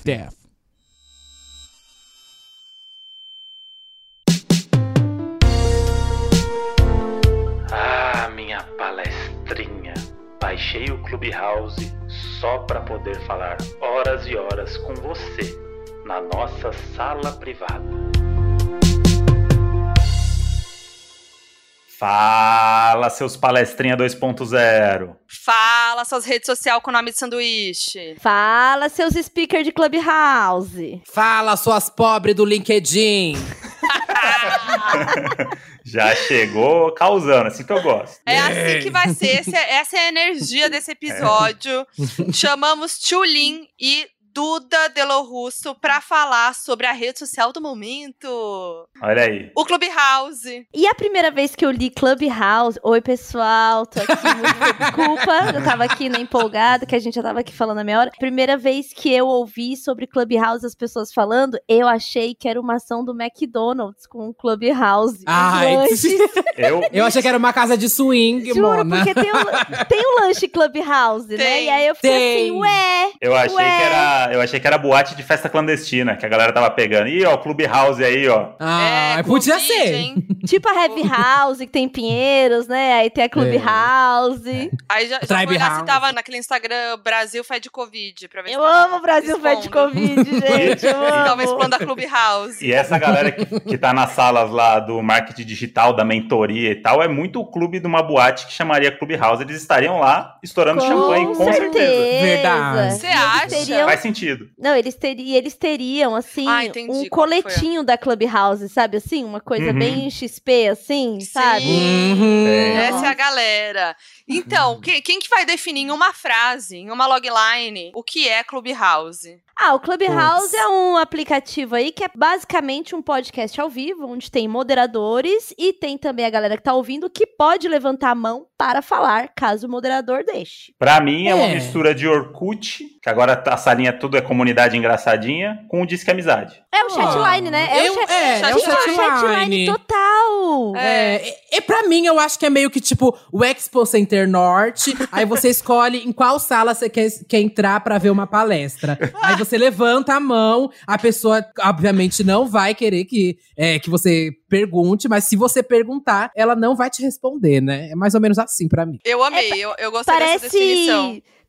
staff. Ah, minha palestrinha. Baixei o Clubhouse só para poder falar horas e horas com você na nossa sala privada. Fala, seus palestrinha 2.0. Fala suas redes sociais com o nome de sanduíche. Fala, seus speakers de Clubhouse. Fala, suas pobres do LinkedIn. Já chegou causando, assim que eu gosto. É assim que vai ser. esse- essa é a energia desse episódio. Chamamos Tulin e Duda Delo Russo pra falar sobre a rede social do momento. Olha aí. O Clubhouse. E a primeira vez que eu li Clubhouse, oi pessoal, tô aqui, muito desculpa, eu tava aqui né, empolgada, que a gente já tava aqui falando a meia hora. Primeira vez que eu ouvi sobre Clubhouse as pessoas falando, eu achei que era uma ação do McDonald's com o Clubhouse. Ai, Os lanches. Eu, Eu achei que era uma casa de swing, Juro, mona. porque tem o, tem o lanche Clubhouse, né? Tem, E aí eu fiquei né? tem. assim, ué, eu achei Ué. que era, eu achei que era boate de festa clandestina, que a galera tava pegando. Ih, ó, o Clubhouse aí, ó. Ah, É, podia Covid, ser. hein? tipo a Heavy House, que tem Pinheiros, né? Aí tem a Clubhouse. Aí já, já Tribe foi lá se House. tava naquele Instagram Brasil Fed Covid pra ver se Eu amo o Brasil Fed Expondo. Covid, gente, eu amo. talvez plano da Clubhouse. E essa galera que, que tá nas salas lá do marketing digital, da mentoria e tal, é muito o clube de uma boate que chamaria Clubhouse. Eles estariam lá estourando champanhe, com certeza. É. Verdade. Você acha? teriam- Faz sentido. Não, eles, teri eles teriam, assim, Ah, entendi um qual que foi a- coletinho da Clubhouse, sabe assim? Uma coisa Uhum. bem XP, assim, sabe? Uhum. É. Essa é a galera. Uhum. Então, que- quem que vai definir em uma frase, em uma logline, o que é Clubhouse? Ah, o Clubhouse Puts. é um aplicativo aí que é basicamente um podcast ao vivo, onde tem moderadores e tem também a galera que tá ouvindo que pode levantar a mão para falar, caso o moderador deixe. Pra mim, é, uma É. mistura de Orkut, que agora tá- a salinha tudo é comunidade engraçadinha, com o Disque Amizade. É o chatline, né? É Eu- o chat... é, é o Gente, é o chatline chatline. total! É, e, e pra mim, eu acho que é meio que tipo o Expo Center Norte. aí você escolhe em qual sala você quer, quer entrar pra ver uma palestra. aí você levanta a mão, a pessoa, obviamente, não vai querer que, é, que você pergunte, mas se você perguntar, ela não vai te responder, né? É mais ou menos assim pra mim. Eu amei, eu, eu gostei dessa definição. É, Parece,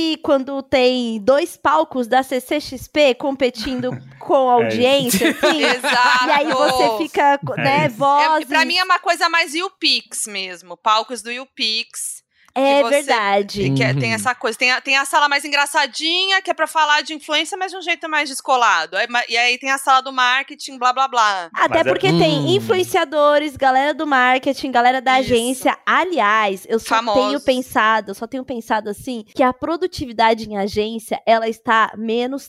parece quando tem dois palcos da CCXP competindo com a É audiência, assim. Exato. E aí você fica, né, É voz. É, pra mim é uma coisa mais YouPix mesmo. Palcos do YouPix. É você- verdade. Que é- tem Uhum. essa coisa. Tem a, tem a sala mais engraçadinha, que é pra falar de influência, mas de um jeito mais descolado. Aí ma- E aí tem a sala do marketing, blá blá blá. Até Mas é- porque tem Hum. influenciadores, galera do marketing, galera da Isso. agência. Aliás, eu só Famosos. tenho pensado, eu só tenho pensado assim, que a produtividade em agência, ela está menos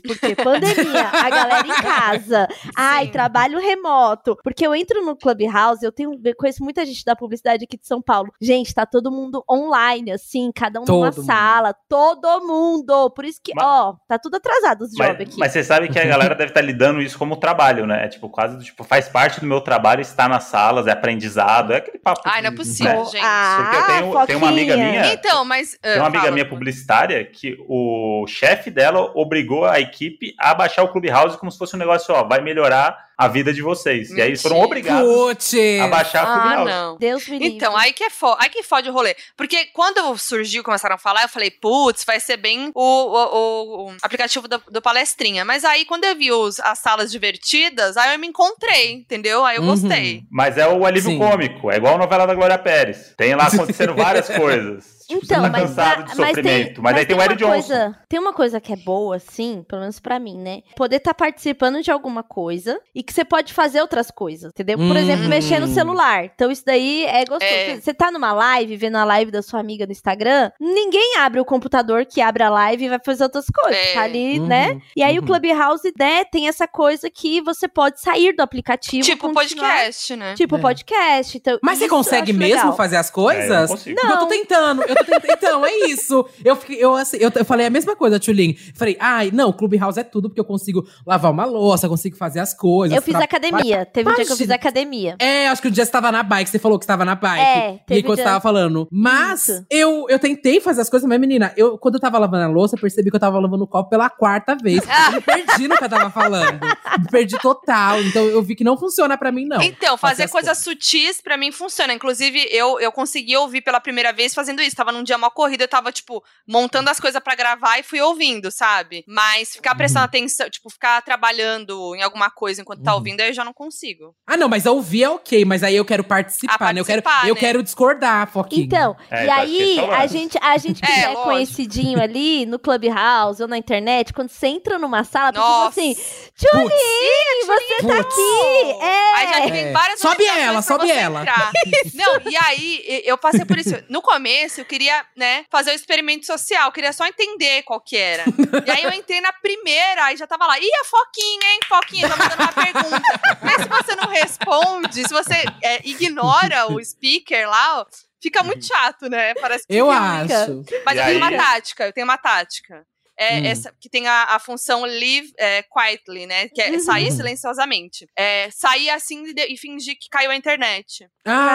porque pandemia, a galera em casa, ai, Sim. trabalho remoto. Porque eu entro no Clubhouse, eu tenho eu conheço muita gente da publicidade aqui de São Paulo. Gente, tá todo mundo online assim, cada um numa Todo mundo. sala, todo mundo. Por isso que, Mas- ó, tá tudo atrasado os jobs Mas, aqui. mas você sabe que a galera deve estar lidando isso como trabalho, né? É tipo, quase do tipo, faz parte do meu trabalho estar nas salas, é aprendizado, é aquele papo. Ai, não é de- possível, né? gente. Ah, Porque eu tenho- tem uma amiga Foquinha. minha- É. Então, mas. Tem uma amiga fala, minha Bruno. publicitária que o chefe dela obrigou a equipe a baixar o Clubhouse como se fosse um negócio, ó, vai melhorar a vida de vocês. E aí eles foram Mentira. obrigados Putz! a baixar o Ah, Clubhouse. não. Deus me livre. Então, aí que, é fo aí que fode o rolê. Porque quando surgiu, começaram a falar, eu falei, putz, vai ser bem o, o- o- o aplicativo do, do palestrinha. Mas aí, quando eu vi os- as salas divertidas, aí eu me encontrei, entendeu? Aí eu Uhum. gostei. Mas é o alívio Sim. cômico, é igual a novela da Glória Pérez. Tem lá acontecendo várias coisas. Tipo, Então, você tá mas, cansado a- de mas tem, sofrimento. Mas, aí tem o uma Eric Johnson. Coisa, tem uma coisa que é boa, assim, pelo menos pra mim, né? Poder estar participando de alguma coisa e que você pode fazer outras coisas, entendeu? Por Hum. exemplo, mexer no celular. Então isso daí é gostoso. É. Você tá numa live, vendo a live da sua amiga no Instagram, ninguém abre o computador que abre a live e vai fazer outras coisas. É. Tá ali, né? E aí o Uhum. Clubhouse, né, tem essa coisa que você pode sair do aplicativo. Tipo continuar- podcast, né? Tipo É. podcast. Então, Mas você isso eu consegue acho mesmo legal. fazer as É, eu não coisas? consigo. Não. Eu tô tentando, eu eu tentei- então, é isso. Eu, fiquei- eu, assim, eu, eu falei a mesma coisa, Tulin. Falei, ai, não, Clubhouse é tudo, porque eu consigo lavar uma louça, consigo fazer as coisas. Eu fiz tra- academia. Teve um dia que eu fiz assim Imagina. academia. É, acho que o dia você tava na bike, você falou que estava na bike. É, teve e quando dia- você tava falando. Mas Isso. eu, eu tentei fazer as coisas, mas, menina, eu, quando eu tava lavando a louça, eu percebi que eu tava lavando o copo pela quarta vez. Ah, Eu me perdi no que eu tava falando. Me perdi total. Então eu vi que não funciona pra mim, não. Então, fazer fazer as coisas sutis pra mim funciona. Inclusive, eu, eu consegui ouvir pela primeira vez fazendo isso. Tava num dia mó corrida, eu tava, tipo, montando as coisas pra gravar e fui ouvindo, sabe? Mas ficar prestando atenção, tipo, ficar trabalhando em alguma coisa enquanto tá Uhum. ouvindo, aí eu já não consigo. Ah, não, mas ouvir é ok, mas aí eu quero participar, Ah, né? Eu quero, participar, eu né? quero discordar, Foquinha. Então, É, e tá aí a questionando. gente, a gente É, que é, lógico. conhecidinho ali no Clubhouse ou na internet, quando você entra numa sala, a pessoa fala Nossa! assim, Putz, Tchuli, você tá Putz. aqui! É. Aí já É. tem várias Sobe notificações ela, pra sobe você ela. entrar. Não, e aí e- eu passei por isso. No começo, eu queria, né, fazer o experimento social, eu queria só entender qual que era. E aí eu entrei na primeira, aí já tava lá, ih, a Foquinha, hein, Foquinha, tá mandando uma pergunta. Mas se você não responde, se você é, ignora o speaker lá, ó, fica muito chato, né? Parece que Uhum. Eu fica- acho. Mas E eu tenho uma aí? tática, eu tenho uma tática. É Hum. essa, que tem a, a função live é, quietly, né? Que é Uhum. sair silenciosamente. É, sair assim e, de- e fingir que caiu a internet. Ah,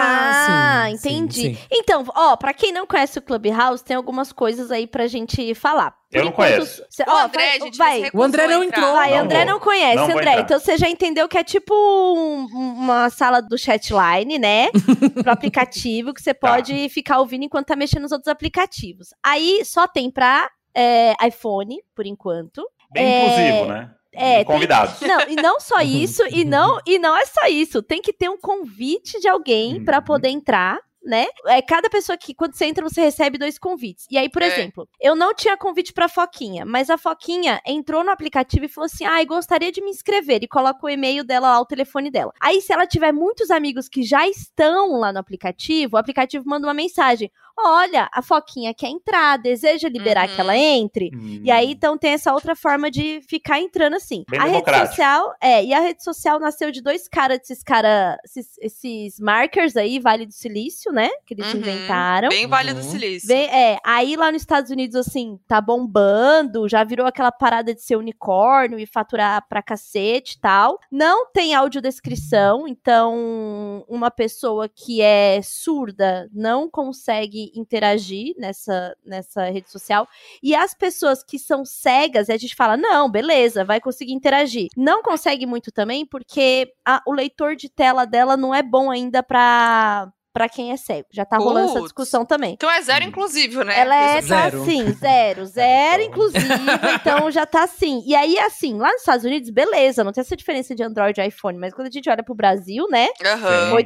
Ah, sim, sim, entendi. sim. Então, ó, pra quem não conhece o Clubhouse, tem algumas coisas aí pra gente falar. Eu não conheço. cê- O ó, André, vai, gente, vai. ele se O André recusou não a entrar. entrou. Vai, Não André vou. não conhece, Não vou André. entrar. Então você já entendeu que é tipo um- uma sala do chatline, né? Pro aplicativo, que você Tá. pode ficar ouvindo enquanto tá mexendo nos outros aplicativos. Aí só tem pra é, iPhone, por enquanto. Bem É, inclusivo, né? é, tem- Convidados. Não, e não só isso, e não, e não é só isso. Tem que ter um convite de alguém pra Uhum. poder entrar. Né? É cada pessoa que, quando você entra, você recebe dois convites. E aí, por É. exemplo, eu não tinha convite pra Foquinha, mas a Foquinha entrou no aplicativo e falou assim: ai, gostaria de me inscrever. E coloca o e-mail dela lá, o telefone dela. Aí, se ela tiver muitos amigos que já estão lá no aplicativo, o aplicativo manda uma mensagem: olha, a Foquinha quer entrar, deseja liberar Uhum. que ela entre? Hum. E aí, então, tem essa outra forma de ficar entrando assim. Bem a rede democrático. social, é, e a rede social nasceu de dois caras, desses cara, esses, esses markers aí, Vale do Silício, né? Que eles Uhum. inventaram. Bem Vale do Uhum. Silício. Vem- é, aí lá nos Estados Unidos, assim, tá bombando, já virou aquela parada de ser unicórnio e faturar pra cacete e tal. Não tem audiodescrição, então uma pessoa que é surda não consegue interagir nessa, nessa rede social. E as pessoas que são cegas, a gente fala, não, beleza, vai conseguir interagir. Não consegue muito também, porque a- o leitor de tela dela não é bom ainda pra... Pra quem é cego. Já tá rolando essa Putz. discussão também. Então é zero inclusivo, né? Ela é Isso. Zero. tá assim, zero, tá zero, inclusive, então já tá assim. E aí, assim, lá nos Estados Unidos, beleza, não tem essa diferença de Android e iPhone, mas quando a gente olha pro Brasil, né? Aham. Sim.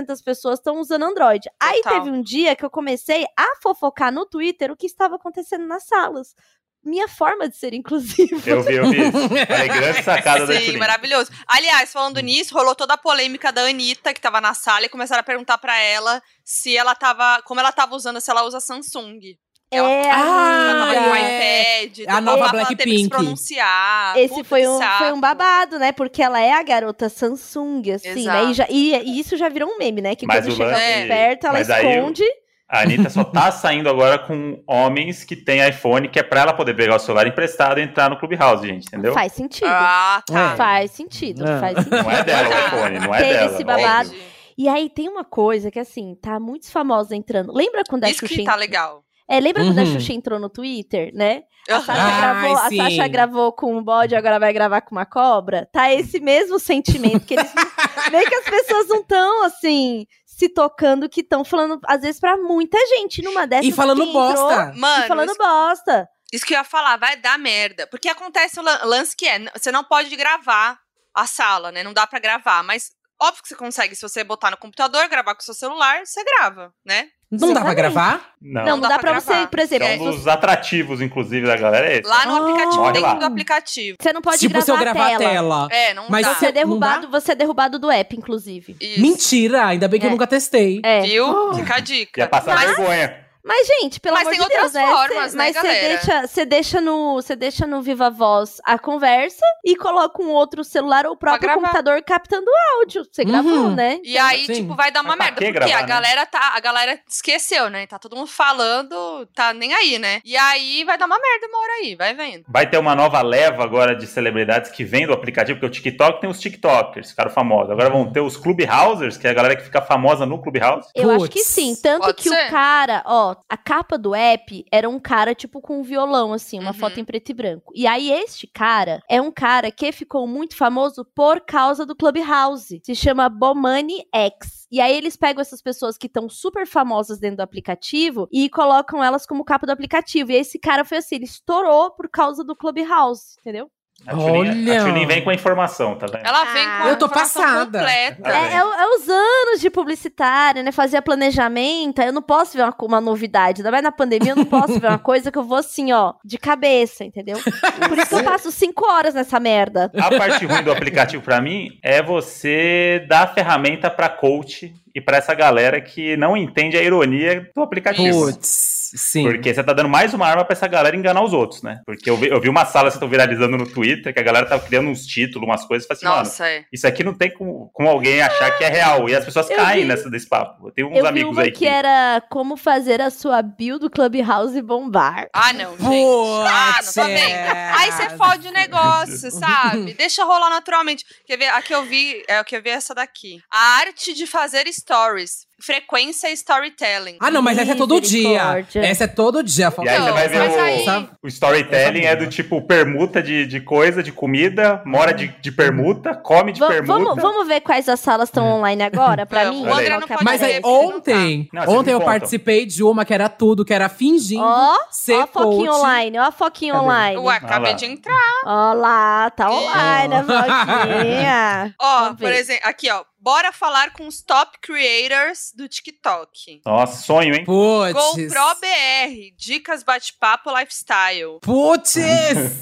80% das pessoas estão usando Android. Aí Total. teve um dia que eu comecei a fofocar no Twitter o que estava acontecendo nas salas. Minha forma de ser inclusiva. Eu vi, eu vi. Falei, grande sacada da Sim, Tulin. maravilhoso. Aliás, falando nisso, rolou toda a polêmica da Anitta, que tava na sala, e começaram a perguntar pra ela se ela tava. Como ela tava usando, se ela usa Samsung. Ela- É, Ela tava com amiga. o é. iPad, É a do nova babá, ela teve que se Blackpink. pronunciar. Esse Puta foi que um, foi saco. um babado, né? Porque ela é a garota Samsung, assim, né? E, já- e- e isso já virou um meme, né? Que Mas quando o chega lance- alguém perto, ela mas aí o- esconde. A Anitta só tá saindo agora com homens que tem iPhone, que é pra ela poder pegar o celular emprestado e entrar no Clubhouse, gente, entendeu? Faz sentido. Ah, tá. Faz sentido, Não. faz sentido. Não é dela o iPhone, não é Teve dela. esse um babado. óbvio. E aí tem uma coisa que, assim, tá muito famosa entrando. Lembra quando a Isso Xuxa... que tá legal. É, lembra quando a Uhum. Xuxa entrou no Twitter, né? A Aham. Sasha, Ah, gravou, a sim. Sasha gravou com um bode, agora vai gravar com uma cobra. Tá esse mesmo sentimento que eles... não- meio que as pessoas não estão, assim, se tocando que estão falando, às vezes, pra muita gente. Numa dessas E falando quem entrou, bosta. E Mano, falando bosta. Isso que eu ia falar, vai dar merda. Porque acontece o lan- lance que é, n- você não pode gravar a sala, né? Não dá pra gravar, mas óbvio que você consegue, se você botar no computador, gravar com o seu celular, você grava, né? Não dá pra Exatamente. gravar? Não, Não, não, dá, pra, você, gravar. por exemplo... Então, é um dos atrativos, inclusive, da galera é esse. Lá no Ah. aplicativo, Olha dentro lá. do aplicativo. Você não pode tipo, gravar, se eu gravar a tela. É, não Mas dá. Você é Não derrubado, você é derrubado do app, inclusive. É Isso. Mentira, Ah. ainda bem que É. eu nunca testei. É. Viu? Fica a dica. Ia passar Mas- vergonha. Mas, gente, pelo Mas amor tem de outras Deus, né? formas, Cê- né, Mas galera? deixa, você deixa no, você deixa no Viva Voz a conversa e coloca um outro celular ou o próprio gravar. computador captando áudio. Você Uhum. gravou, né? E aí, Sim. tipo, vai dar uma Mas pra merda. que Porque gravar, a né? galera tá. A galera esqueceu, né? Tá todo mundo falando, tá nem aí, né? E aí vai dar uma merda uma hora aí, vai vendo. Vai ter uma nova leva agora de celebridades que vem do aplicativo, porque o TikTok tem os TikTokers, ficaram famosos. Agora vão ter os Clubhousers, que é a galera que fica famosa no Clubhouse. Eu acho que Puts. sim. Tanto Pode que ser. o cara, ó, a capa do app era um cara, tipo, com um violão, assim, uma Uhum. foto em preto e branco. E aí, este cara é um cara que ficou muito famoso por causa do Clubhouse. Se chama Bomani X. E aí, eles pegam essas pessoas que estão super famosas dentro do aplicativo e colocam elas como capa do aplicativo. E esse cara foi assim, ele estourou por causa do Clubhouse, entendeu? A Tulin Olha! a Tulin vem com a informação, tá vendo? Ela vem Ah. com a Eu tô informação passada. completa. Tá É, bem. é o- é os anos de publicitária, né? Fazia planejamento. aí Eu não posso ver uma, co- uma novidade. Ainda mais na pandemia, eu não posso ver uma coisa que eu vou assim, ó, de cabeça, entendeu? Por isso que eu passo cinco horas nessa merda. A parte ruim do aplicativo pra mim é você dar a ferramenta pra coach e pra essa galera que não entende a ironia do aplicativo. Putz, sim. Porque você tá dando mais uma arma pra essa galera enganar os outros, né? Porque eu vi, eu vi uma sala que estão viralizando no Twitter que a galera tava criando uns títulos, umas coisas, e fala assim, mano, Nossa, é. isso aqui não tem como, como alguém achar que é real. E as pessoas Eu caem vi- nessa desse papo. Eu tenho uns eu vi amigos uma aí que é era como fazer a sua build do Clubhouse bombar. Ah, não, gente. Putz, ah, não tá bem. é. Aí você fode o negócio, sabe? Deixa rolar naturalmente. Quer ver? A que eu vi, é o que eu vi é essa daqui. A arte de fazer stories. Frequência e storytelling. Ah, não, mas essa é todo dia. Misericórdia. Essa é todo dia. E aí você Não, vai ver mas o, aí- o storytelling é do tipo permuta de, de coisa, de comida, mora de, de permuta, come de Va- permuta. É. vamos, vamos ver quais as salas estão online agora pra Vamos, mim? o André Qual não que é a pode Mas aí, ver, porque não ontem, tá. Não, vocês ontem me eu contam. participei de uma que era tudo, que era fingindo Ó, ser ó a coach. foquinha online, ó a foquinha Cadê? online. Ué, acabei lá. de entrar. Ó lá, tá online a foquinha. Ó, Vamos por ver. exemplo, aqui, ó. Bora falar com os top creators do TikTok. Nossa, sonho, hein? Puts. GoPro BR, dicas bate-papo lifestyle. Puts!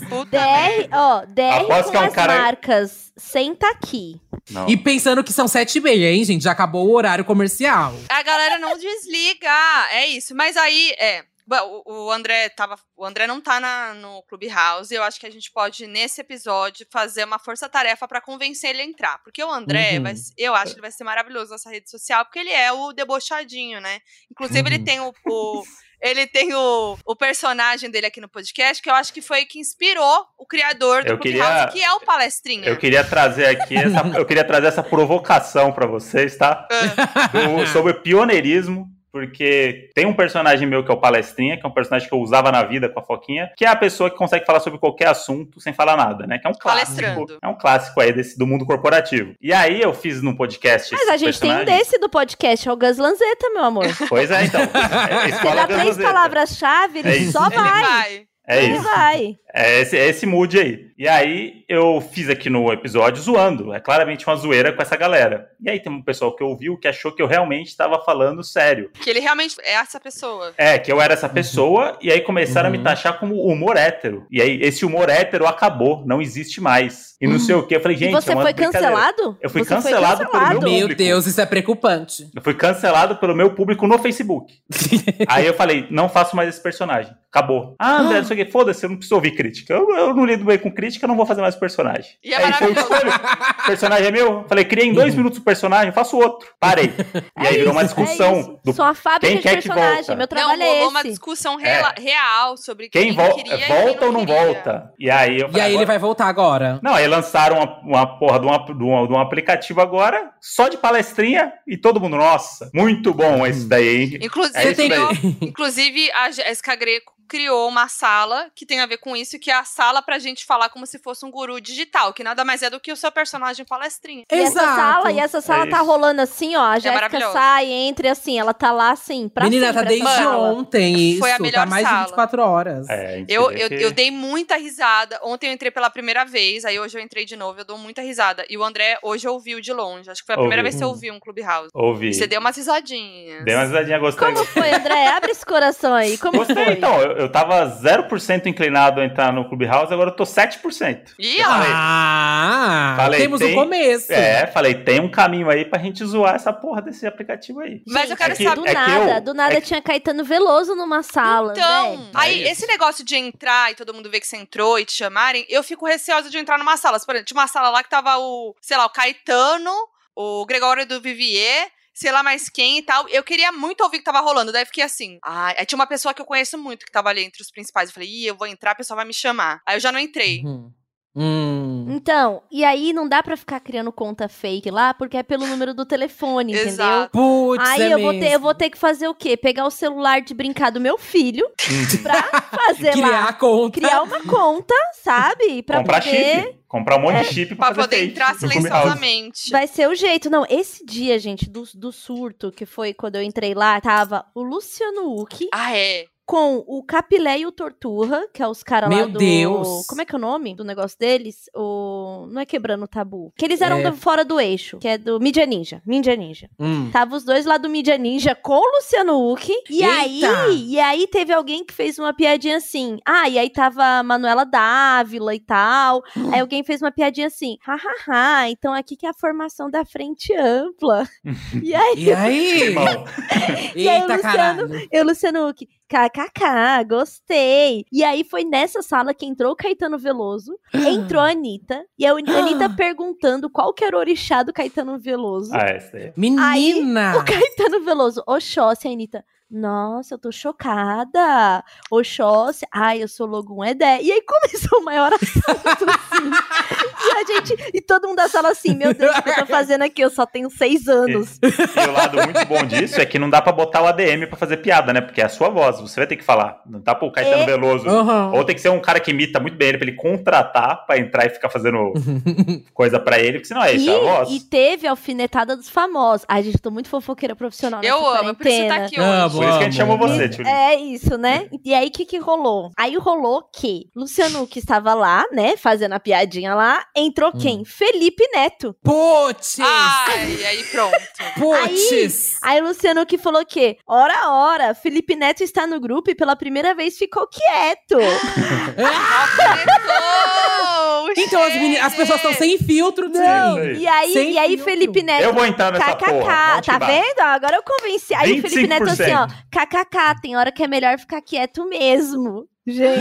Puta DR, ó, DR Aposto que com é um as cara- marcas. Senta aqui. Não. e pensando que são sete e meia, hein, gente? Já acabou o horário comercial. A galera não desliga, é isso. Mas aí, é. bom, O o André tava, o André não tá na, no Clubhouse. Eu acho que a gente pode nesse episódio fazer uma força-tarefa pra convencer ele a entrar, porque o André, Uhum. vai s- eu acho que ele vai ser maravilhoso nessa rede social, porque ele é o debochadinho, né? Inclusive ele Uhum. tem o, o- ele tem o, o personagem dele aqui no podcast que eu acho que foi que inspirou o criador do Eu queria- Clubhouse, que é o palestrinha. Eu queria trazer aqui essa, eu queria trazer essa provocação pra vocês, tá? Ah. Do- sobre pioneirismo, porque tem um personagem meu que é o Palestrinha, que é um personagem que eu usava na vida com a Foquinha, que é a pessoa que consegue falar sobre qualquer assunto sem falar nada, né? Que é um Palestrando. clássico, é um clássico aí desse do mundo corporativo. E aí eu fiz num podcast Mas esse a gente tem um personagem. desse do podcast, é o Gus Lanzetta, meu amor. Você Pois é, então. É, escola dá da três Roseta. palavras-chave, ele É isso. só Ele Ah, vai. vai. É ele isso. vai. É esse, é esse mood aí. E aí, eu fiz aqui no episódio zoando. É claramente uma zoeira com essa galera. E aí, tem um pessoal que ouviu que achou que eu realmente estava falando sério. Que ele realmente é essa pessoa. É, que eu era Uhum. essa pessoa, e aí começaram a me Uhum. taxar como humor hétero. E aí, esse humor hétero acabou, não existe mais. E não sei o que. Eu falei, gente, Uhum. e você é uma foi brincadeira. cancelado? Eu fui Você foi cancelado um pelo meu cancelado. Meu público. Deus, isso é preocupante. Eu fui cancelado pelo meu público no Facebook. Aí eu falei, não faço mais esse personagem. Acabou. Ah, André, não sei o que. Foda-se, eu não preciso ouvir crítica. Eu, eu não lido bem com crítica, eu não vou fazer mais personagem. E é Aí foi o maravilhoso. espelho. O personagem é meu. Falei, criei em Uhum. dois minutos o personagem, eu faço outro. Parei. E aí É virou uma isso, é discussão isso. do Sou uma fábrica quem de quer que personagem, volta. meu trabalho não, é rolou esse. uma discussão É. rela- real sobre quem, quem vo- queria e quem volta ou não queria. volta. E aí eu E falei, aí ele agora- vai voltar agora. Não, aí lançaram uma, uma porra de, uma- de uma- de um aplicativo agora, só de palestrinha, e todo mundo, nossa, muito Uhum. bom esse daí, hein? Inclusive, É isso daí. criou- inclusive, a Jéssica Greco criou uma sala que tem a ver com isso, que é a sala pra gente falar como se fosse um guru digital, que nada mais é do que o seu personagem palestrinha. E essa sala, e essa sala É tá isso. rolando assim, ó. A Jéssica É maravilhoso. sai, entra e assim, ela tá lá assim, pra Menina, tá sempre, essa desde sala. ontem isso. Foi a melhor tá mais sala. de 24 horas. É, a gente Eu, vê eu, que- eu dei muita risada. Ontem eu entrei pela primeira vez, aí hoje eu entrei de novo, eu dou muita risada. E o André hoje ouviu de longe. Acho que foi a primeira Ouvi. vez que eu ouvi um Clubhouse. Ouvi. Você deu umas risadinhas. Dei uma risadinha, gostei. Como foi, André? Abre esse coração aí. Como Gostei, foi? então. Eu, eu tava 0% inclinado a entrar no Clubhouse, agora eu tô 7%. Ih, Eu ó. falei, Ah, Falei, temos tem- o começo. é, falei, tem um caminho aí pra gente zoar essa porra desse aplicativo aí. Mas eu quero é que- saber. Do é que nada, eu- do nada é tinha Caetano Veloso numa sala. Então, velho. É aí isso. esse negócio de entrar e todo mundo ver que você entrou e te chamarem, eu fico receosa de entrar numa sala. Por exemplo, tinha uma sala lá que tava o, sei lá, o Caetano, o Gregório do Vivier, sei lá mais quem e tal. Eu queria muito ouvir o que tava rolando. Daí fiquei assim. Ai, aí tinha uma pessoa que eu conheço muito que tava ali entre os principais. Eu falei, ih, eu vou entrar, a pessoa vai me chamar. Aí eu já não entrei. Uhum. Hum. Então, e aí não dá pra ficar criando conta fake lá, porque é pelo número do telefone, entendeu? Exato. Putz, Aí é eu vou, ter, eu mesmo. vou ter que fazer o quê? Pegar o celular de brincar do meu filho Hum. pra fazer criar lá. a conta. Criar uma conta, sabe? Pra comprar poder. É, chip. Comprar um monte de chip pra, Pra fazer poder fake entrar no Clubhouse. silenciosamente. Vai ser o jeito. Não, esse dia, gente, do, do surto, que foi quando eu entrei lá, tava o Luciano Huck Ah, é. com o Capilé e o Torturra, que é os caras lá Meu do... Deus. Como é que é o nome do negócio deles? O... Não é Quebrando o Tabu. Que eles eram É. do Fora do Eixo, que é do Mídia Ninja. Mídia Ninja. Hum. Tava os dois lá do Mídia Ninja com o Luciano Huck. E Eita! aí, e aí teve alguém que fez uma piadinha assim. Ah, e aí tava a Manuela Dávila e tal. Hum. Aí alguém fez uma piadinha assim. Hahaha, então aqui que é a formação da frente ampla. e aí E aí? Irmão, E aí o Eita, Luciano- caralho. eu, Luciano Huck, kkk, gostei. E aí foi nessa sala que entrou o Caetano Veloso, entrou a Anitta, e a Anitta perguntando qual que era o orixá do Caetano Veloso. ah, essa aí. Menina! O Caetano Veloso, Oxóssi, a Anitta. Nossa, eu tô chocada. Oxóssi, ai, eu sou Logum Edé. E aí começou o maior assunto, assim. E a gente, e todo mundo da sala assim, meu Deus, o que eu tô fazendo aqui? Eu só tenho seis anos. E o lado muito bom disso é que não dá pra botar o ADM pra fazer piada, né? Porque é a sua voz, você vai ter que falar. Não dá pro Caetano É. Veloso. Aham. Ou tem que ser um cara que imita muito bem ele pra ele contratar pra entrar e ficar fazendo coisa pra ele, porque senão é isso, é a voz. E, e teve a alfinetada dos famosos. Ai, gente, eu tô muito fofoqueira profissional. Eu nessa amo, é por isso que tá quarentena. aqui Amo. hoje. Por isso que a gente chamou você, Tio. É isso, né? E aí, o que, que rolou? Aí rolou que Luciano, que estava lá, né, fazendo a piadinha lá, entrou Hum. quem? Felipe Neto. Putz! Ah. Ai, aí pronto. Putz! Aí Luciano que falou que, ora, ora, Felipe Neto está no grupo e pela primeira vez ficou quieto. Começou! Então as, meni- as pessoas estão sem filtro, Não, gente. e aí, Sem e aí filtro. Felipe Neto Eu vou entrar nessa porra. KKK, É, tá vendo? Ó, Agora eu convenci. Aí o Felipe Neto assim, ó, kkk, tem hora que é melhor ficar quieto mesmo. Gente.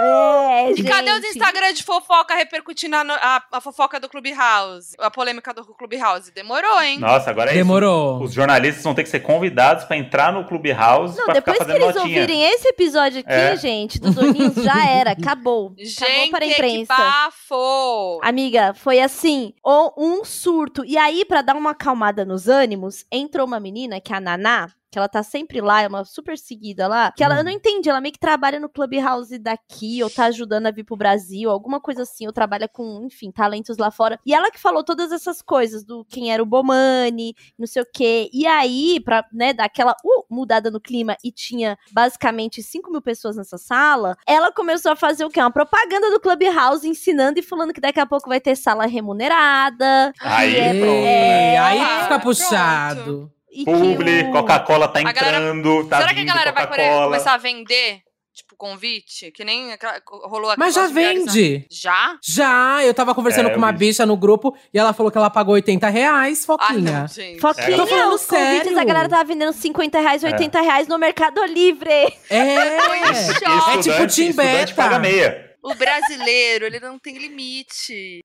é, E cadê os gente. Instagram de fofoca repercutindo a, no- a- a fofoca do Clubhouse? A polêmica do Clubhouse? Demorou, hein? Nossa, agora é isso. Demorou. Os jornalistas vão ter que ser convidados pra entrar no Clubhouse Não, pra ficar depois que fazendo eles notinha. ouvirem esse episódio aqui, É. gente, dos Doninhos, já era, acabou. acabou Gente, para a que imprensa. bafo! Amiga, foi assim, ou um surto. E aí, pra dar uma acalmada nos ânimos, entrou uma menina, que é a Naná, que ela tá sempre lá, é uma super seguida lá, que ela, eu não entendi, ela meio que trabalha no Clubhouse daqui, ou tá ajudando a vir pro Brasil, alguma coisa assim, ou trabalha com, enfim, talentos lá fora. E ela que falou todas essas coisas, do quem era o Bomani, não sei o quê. E aí, pra, né, dar aquela uh, mudada no clima e tinha basicamente 5 mil pessoas nessa sala, ela começou a fazer o quê? Uma propaganda do Clubhouse, ensinando e falando que daqui a pouco vai ter sala remunerada. e Aí, Ei, pronto. né? é, aí tá ah, fica pronto. puxado. E tá que Publi, o- Coca-Cola tá A galera- entrando, tá Será que a vindo galera vai Coca-Cola. come- começar a vender, tipo, convite? Que nem aquela- rolou aqui Mas já com as mulheres, né? vende. Já? Já, eu tava conversando É, com uma eu vi. bicha no grupo e ela falou que ela pagou 80 reais, Ah, Foquinha. não, gente. Foquinha, Tô falando os convites, sério. a galera tava vendendo 50 reais, É. 80 reais no Mercado Livre. é! Isso. E É tipo estudante- Tim estudante Beta. paga meia. É. O brasileiro, ele não tem limite.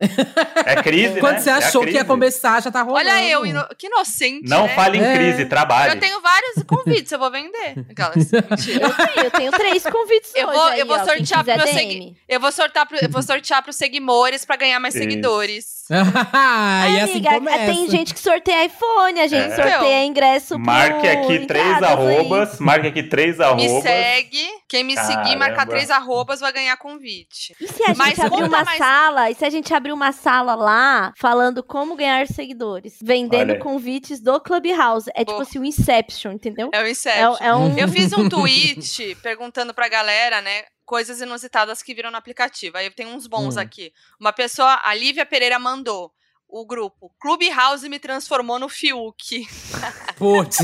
É crise, Quando né? você É a achou que ia crise. começar, já tá rolando. Olha eu, ino- que inocente, Não né? fale em É. crise, trabalhe. Eu tenho vários convites, eu vou vender. Aquelas, mentira. Eu tenho, eu tenho três convites Eu hoje vou- aí, eu vou ó, quem sortear quiser pro meu DM. segui- Eu vou sortar pro, eu vou sortear pros seguidores pra ganhar mais Isso. seguidores. e assim Amiga, é, começa. tem gente que sorteia iPhone, a gente É. sorteia ingresso pro Marque aqui três entradas aí. arrobas, marque aqui três Me arrobas. segue. Quem me seguir, marcar Caramba. três arrobas, vai ganhar convite. E se a gente Mas abrir conta uma mais- sala? E se a gente abrir uma sala lá falando como ganhar seguidores? Vendendo Olha aí. convites do Clubhouse. É tipo Boa. assim, o Inception, entendeu? É o É, Inception. é um. Eu fiz um tweet perguntando pra galera, né? Coisas inusitadas que viram no aplicativo. Aí eu tenho uns bons Hum. aqui. Uma pessoa, a Lívia Pereira, mandou o grupo Clubhouse me transformou no Fiuk. Putz.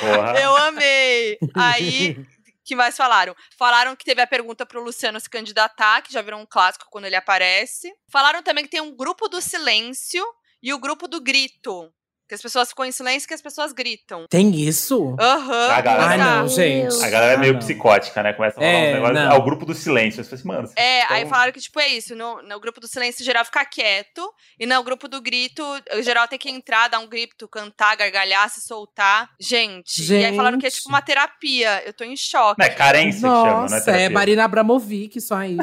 Porra. Eu amei. Aí que mais falaram? Falaram que teve a pergunta pro Luciano se candidatar, que já virou um clássico quando ele aparece. Falaram também que tem um grupo do silêncio e o grupo do grito. Que as pessoas ficam em silêncio e que as pessoas gritam. Tem isso? Aham. Ah, galera. Ai, tá. não, gente. A galera é Ah, meio não. psicótica, né? Começa a falar É, uns negócios. não. Ah, o grupo do silêncio. Eu falei assim, mano. É, vocês aí estão- falaram que, tipo, é isso. No, no grupo do silêncio geral ficar quieto. E no grupo do grito, o geral tem que entrar, dar um grito, cantar, gargalhar, se soltar. Gente. E aí falaram que é tipo Gente. uma terapia. Eu tô em choque. Não, é carência que chama, não é Nossa, é, terapia. Marina Abramovic, só aí.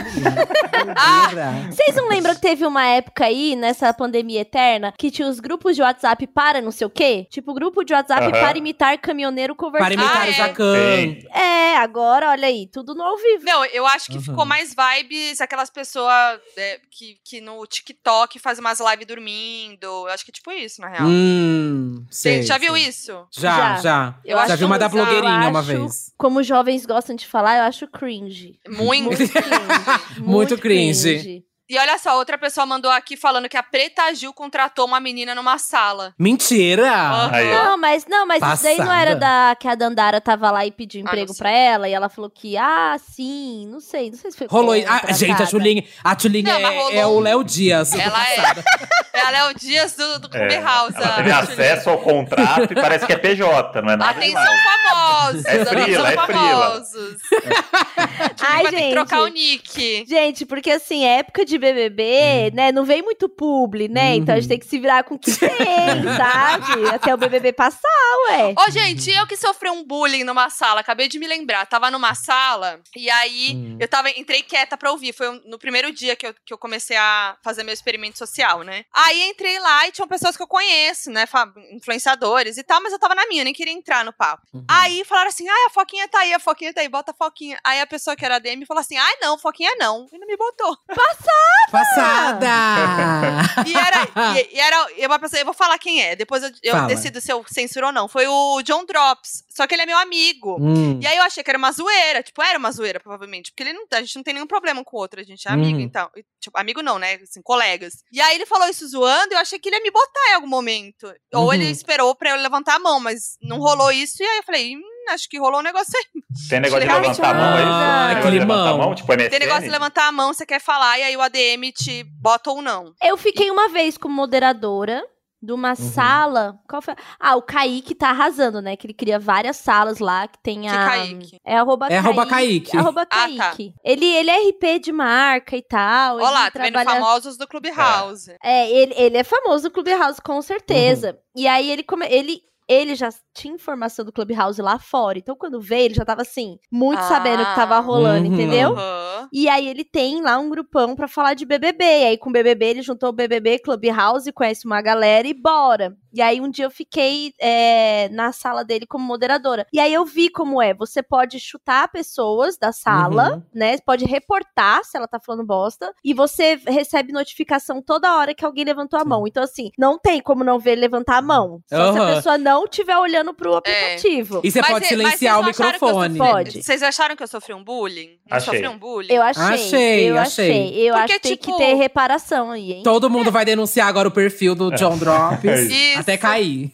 Doideira. Vocês não lembram que teve uma época aí, nessa pandemia eterna, que tinha os grupos de WhatsApp para não sei o quê? Tipo, grupo de WhatsApp Aham. para imitar caminhoneiro Para conversando. imitar Ah, o é. Jacan. Sim. É, agora, olha aí, tudo no ao vivo. Não, eu acho que Uhum. ficou mais vibes aquelas pessoas é, que, que no TikTok faz umas lives dormindo. Eu acho que é tipo isso, na real. Hum, sei, Gente, já viu sei. isso? Já, Já. já. Eu já acho vi uma da bizarro, blogueirinha uma acho. vez. Como os jovens gostam de falar, eu acho cringe. Muito. cringe. Muito cringe. e olha só, outra pessoa mandou aqui falando que a Preta Gil contratou uma menina numa sala. Mentira! Ah. Aí, ó. Não, mas não, mas isso daí não Passada. era da que a Dandara tava lá e pediu Ah, emprego não sei. pra ela e ela falou que ah, sim, não sei, não sei se foi Rolou. contratada. Ah, gente, a Tulinha, a Tulinha Não, mas é, rolou. é o Léo Dias. Ela é, ela é o Dias do, do Clube House. Ela a teve Juliana. acesso ao contrato e parece que é PJ, não é nada Atenção demais. famosos! É frila, atenção é frila. famosos! vai Ai, ter que gente. trocar o nick. Gente, porque assim, época de BBB, Hum. né? Não vem muito publi, né? Então a Uhum. gente tem que se virar com o que tem, sabe? Até o BBB passar, ué. Ô, gente, eu que sofri um bullying numa sala, acabei de me lembrar. Tava numa sala e aí Hum. eu tava, entrei quieta pra ouvir. Foi um- no primeiro dia que eu, que eu comecei a fazer meu experimento social, né? Aí entrei lá e tinham pessoas que eu conheço, né? fa- Influenciadores e tal, mas eu tava na minha, nem queria entrar no papo. Uhum. Aí falaram assim: ai, a Foquinha tá aí, a Foquinha tá aí, bota a Foquinha. Aí a pessoa que era DM falou assim: ai, não, Foquinha não. E não me botou. Passada! E era, e, e era eu, vou pensar, eu vou falar quem é, depois eu, eu Fala. decido se eu censuro ou não. Foi o John Drops, só que ele é meu amigo. Hum. Uhum. E aí eu achei que era uma zoeira, tipo, era uma zoeira, provavelmente. Porque ele não, a gente não tem nenhum problema com o outro, a gente é amigo, Uhum. então. e, Tipo, amigo não, né? Assim, colegas. E aí ele falou isso zoando, eu achei que ele ia me botar em algum momento. Ou ele Uhum. esperou pra eu levantar a mão, mas não Uhum. rolou isso. E aí eu falei, hum, acho que rolou um negócio aí. Tem negócio de Legal, levantar a mão, é isso? Ah, Tem negócio de climão. levantar a mão, tipo MSN? Tem negócio de levantar a mão, você quer falar, e aí o ADM te bota ou não. Eu fiquei uma vez como moderadora de Uhum. uma sala. Qual foi? Ah, o Kaique tá arrasando, né? Que ele cria várias salas lá que tem Que a. Kaique. É arroba É arroba Kaique. Arroba Ah, Kaique. tá. ele, ele é RP de marca e tal. Olha lá, ele tá vendo trabalha... famosos do Clubhouse. É, ele, ele é famoso do Clubhouse, com certeza. Uhum. E aí ele, come- ele, ele já tinha informação do Clubhouse lá fora. Então, quando veio, ele já tava assim, muito Ah. sabendo o que tava rolando, Uhum. entendeu? Aham. E aí ele tem lá um grupão pra falar de BBB. E aí com o BBB ele juntou o BBB, Clubhouse, conhece uma galera e bora. E aí um dia eu fiquei é, na sala dele como moderadora. E aí eu vi como é. Você pode chutar pessoas da sala, Uhum. né? Você Pode reportar se ela tá falando bosta. E você recebe notificação toda hora que alguém levantou a mão. Então assim, não tem como não ver ele levantar a mão. Só se Uhum. Aham. a pessoa não estiver olhando É. pro aplicativo. E você Mas pode é- silenciar o mas vocês não acharam que eu microfone. sou Pode. Vocês acharam que eu sofri um bullying? Não Achei. sofri um bullying? Eu achei, Achei, eu achei. achei. Eu Porque, acho que tipo, tem que ter reparação aí, hein? Todo mundo vai denunciar agora o perfil do É. John Drops. É. Isso. Até cair.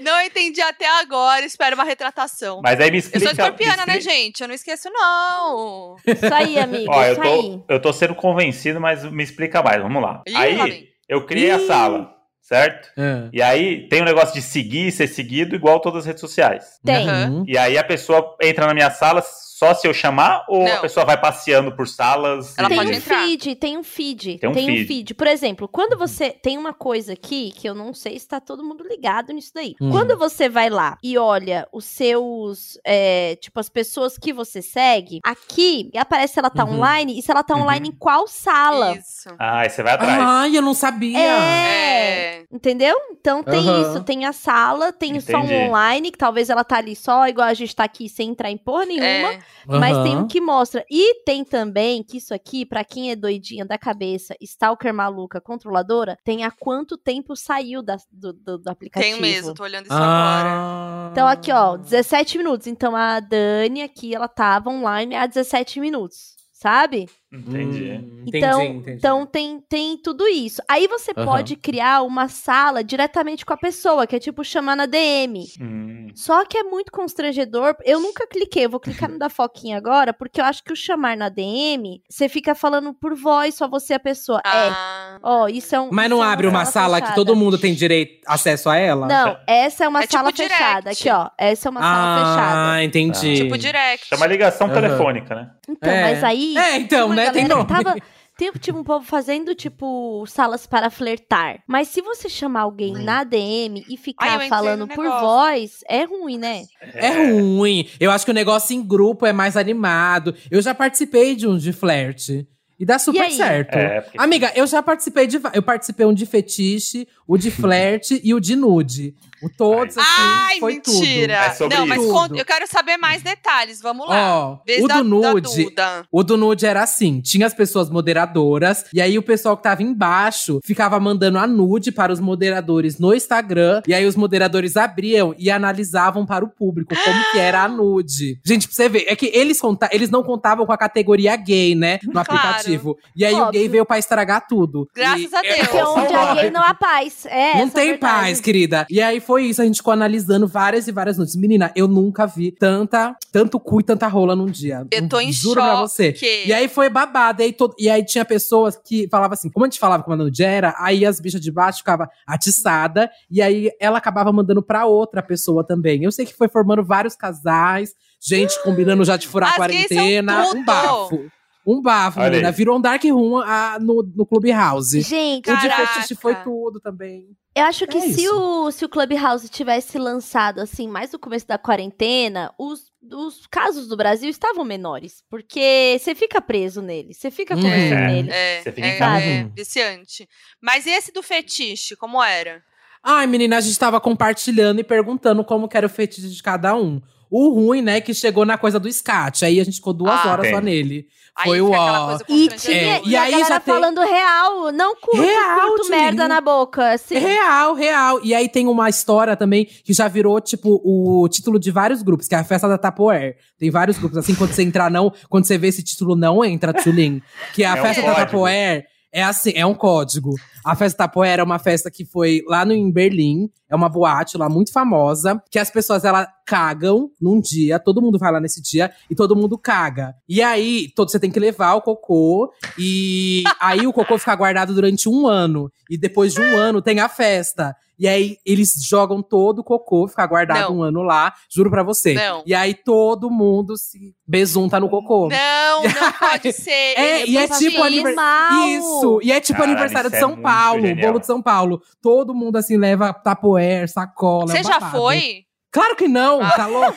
Não entendi até agora, espero uma retratação. Mas aí Eu me explica... sou escorpiana, me né, explica- gente? Eu não esqueço, não. Isso aí, amigo. Ó, eu isso aí. tô, eu tô sendo convencido, mas me explica mais, vamos lá. Ih, lá aí, vem. eu criei a Ih. sala, certo? É. E aí, tem o negócio de seguir e ser seguido igual todas as redes sociais. Tem. Uhum. E aí, a pessoa entra na minha sala só se eu chamar? Ou Não. a pessoa vai passeando por salas? Ela e- tem pode um entrar. feed, tem um feed. Tem um feed. Uhum. Por exemplo, quando você. Tem uma coisa aqui que eu não sei se tá todo mundo ligado nisso daí. Hum. Quando você vai lá e olha os seus. é, tipo, as pessoas que você segue, aqui aparece se ela tá Uhum. online e se ela tá Uhum. online em qual sala. É Isso. Ah, aí você vai atrás. Ai, eu não sabia. É. É. Entendeu? Então tem Aham. isso, tem a sala, tem só um Entendi. online, que talvez ela tá ali só, igual a gente tá aqui sem entrar em porra nenhuma. é. Mas tem Aham. o que mostra. E tem também que isso aqui, pra quem é doidinha da cabeça, stalker maluca, controladora, tem há quanto tempo saiu da- do, do- do aplicativo. Tenho mesmo, tô olhando isso agora. Ah. Então aqui, ó, 17 minutos. Então a Dani aqui, ela tava online há 17 minutos, sabe? Entendi. Hum, Então, então tem, tem tudo isso. Aí você Aham. pode criar uma sala diretamente com a pessoa, que é tipo chamar na DM. Hum. Só que é muito constrangedor. Eu nunca cliquei, eu vou clicar no da Foquinha agora, porque eu acho que o chamar na DM, você fica falando por voz, só você e a pessoa. É. Ah, Ó, isso é um. Mas não isso é abre uma sala que fechada. todo mundo tem direito, acesso a ela? Não, essa é uma É tipo sala direct. fechada. Aqui, ó. Essa é uma ah, sala fechada. entendi. tipo direct. Chama ligação Aham. telefônica, né? Então, É. mas aí. É, então, uma né, tem galera que nome. Tava, tem, tipo, um povo fazendo, tipo, salas para flertar. Mas se você chamar alguém na DM e Ai, eu ficar entrei falando no por negócio. voz, é ruim, né? É ruim. Eu acho que o negócio em grupo é mais animado. Eu já participei de um de flerte. E dá super aí? certo. É, porque- Amiga, eu já participei de. va- Eu participei um de fetiche, o de flerte e o de nude. O todos assim, Ai, foi mentira. É sobre não, mas isso. conta- eu quero saber mais detalhes. Vamos tudo. lá. Ó, Vez o da, do da nude. Duda. O do nude era assim, tinha as pessoas moderadoras, e aí o pessoal que tava embaixo ficava mandando a nude para os moderadores no Instagram, e aí os moderadores abriam e analisavam para o público como que Ah! era a nude. Gente, pra você ver, é que eles, conta eles não contavam com a categoria gay, né, no aplicativo. E aí o gay Óbvio. veio pra estragar tudo. Graças E- é a Deus. Porque onde há gay não há paz. É, não essa é a tem verdade. paz, querida. E aí foi isso, a gente ficou analisando várias e várias noites. Menina, eu nunca vi tanta, tanto cu e tanta rola num dia. Eu tô em Juro pra você. choque. E aí foi babado. E aí, todo- e aí tinha pessoas que falavam assim, como a gente falava com a Manu Gera, aí as bichas de baixo ficavam atiçadas. E aí ela acabava mandando pra outra pessoa também. Eu sei que foi formando vários casais, gente combinando já de furar a As gays são quarentena. tudo! Um bafo. Um bafo, Olha aí. menina. Virou um dark room ah, no, no Clubhouse. Gente, O de Caraca. fetiche foi tudo também. eu acho que é se, isso. o, se o Clubhouse tivesse lançado, assim, mais no começo da quarentena, os, os casos do Brasil estavam menores. Porque você fica preso nele, você fica Hum. preso É. nele. É, Você fica em é, casa. é, Uhum. viciante. Mas esse do fetiche, como era? Ai, menina, a gente tava compartilhando e perguntando como que era o fetiche de cada um. O ruim, né, que chegou na coisa do escate. Aí a gente ficou duas Ah, horas só entendi. nele. Aí Foi fica o aquela ó. coisa E constrangedora. tinha É, e e a aí galera já tem- falando real, não curto, Real, curto Tilly. merda na boca, assim. Real, real. E aí tem uma história também que já virou, tipo, o título de vários grupos, que é a festa da Tapoer. Tem vários grupos, assim, quando você entrar não, quando você vê esse título não entra, Tulin. Que é a É um festa da código. Tapoer. É assim, é um código. A festa da Tapoer é uma festa que foi lá no, em Berlim. É uma boate lá muito famosa, que as pessoas, ela cagam num dia. Todo mundo vai lá nesse dia e todo mundo caga. E aí, todo, você tem que levar o cocô e aí o cocô fica guardado durante um ano. E depois de um ano tem a festa. E aí eles jogam todo o cocô, fica guardado Não. um ano lá, juro pra você. Não. E aí todo mundo se besunta no cocô. Não, não pode ser. É, Ele e é fez tipo assim. anivers- Mal. Isso! E é tipo Caralho, aniversário de isso é São muito Paulo, genial. bolo de São Paulo. Todo mundo assim leva tapoer, sacola. Você já babado. foi? Ah. Claro que não, tá louco?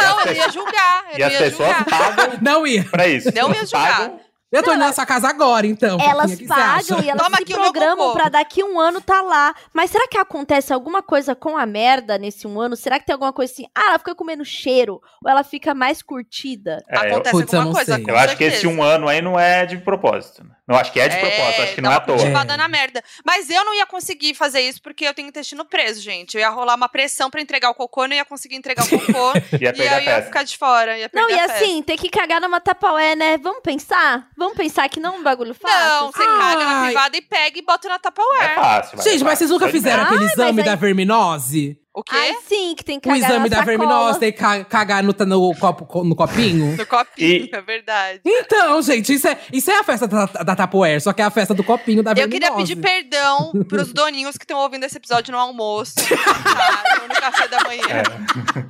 Não, eu ia julgar. E Eu as ia pessoas julgar. pagam Não ia. pra isso. Não ia julgar. Pagam Eu tô Não, indo é na sua casa agora, então. Elas Fofinha, que você acha? pagam e elas Toma se aqui o meu programam cocô. pra daqui um ano tá lá. Mas será que acontece alguma coisa com a merda nesse um ano? Será que tem alguma coisa assim? Ah, ela fica comendo cheiro ou ela fica mais curtida? É, eu- Acontece Putz, eu alguma não coisa. sei. com Eu acho que certeza. esse um ano aí não é de propósito. né? Não, acho que é de propósito, acho que não é dá à uma toa. cultivada É. na merda. Mas eu não ia conseguir fazer isso porque eu tenho intestino preso, gente. Eu ia rolar uma pressão pra entregar o cocô, eu não ia conseguir entregar o cocô. Ia e eu perder ia a festa. ficar de fora. Ia Não, perder e a festa. assim, tem que cagar numa tapaué, né? Vamos pensar? Vamos pensar que não é um bagulho fácil? Não, você Ai. caga na privada e pega e bota na É Tupperware. fácil. vai, é Gente, mas fácil. vocês nunca Tô de fizeram merda. aquele mas exame aí- da verminose? O quê? Ai, sim, que tem que O cagar Um exame na da sacola. verminose, tem que ca- cagar no, no, copo, no copinho? No copinho, E- é verdade. Então, gente, isso é, isso é a festa da, da Tupperware, só que é a festa do copinho da Eu verminose. queria pedir perdão pros doninhos que estão ouvindo esse episódio no almoço, tá? Ou no café da manhã.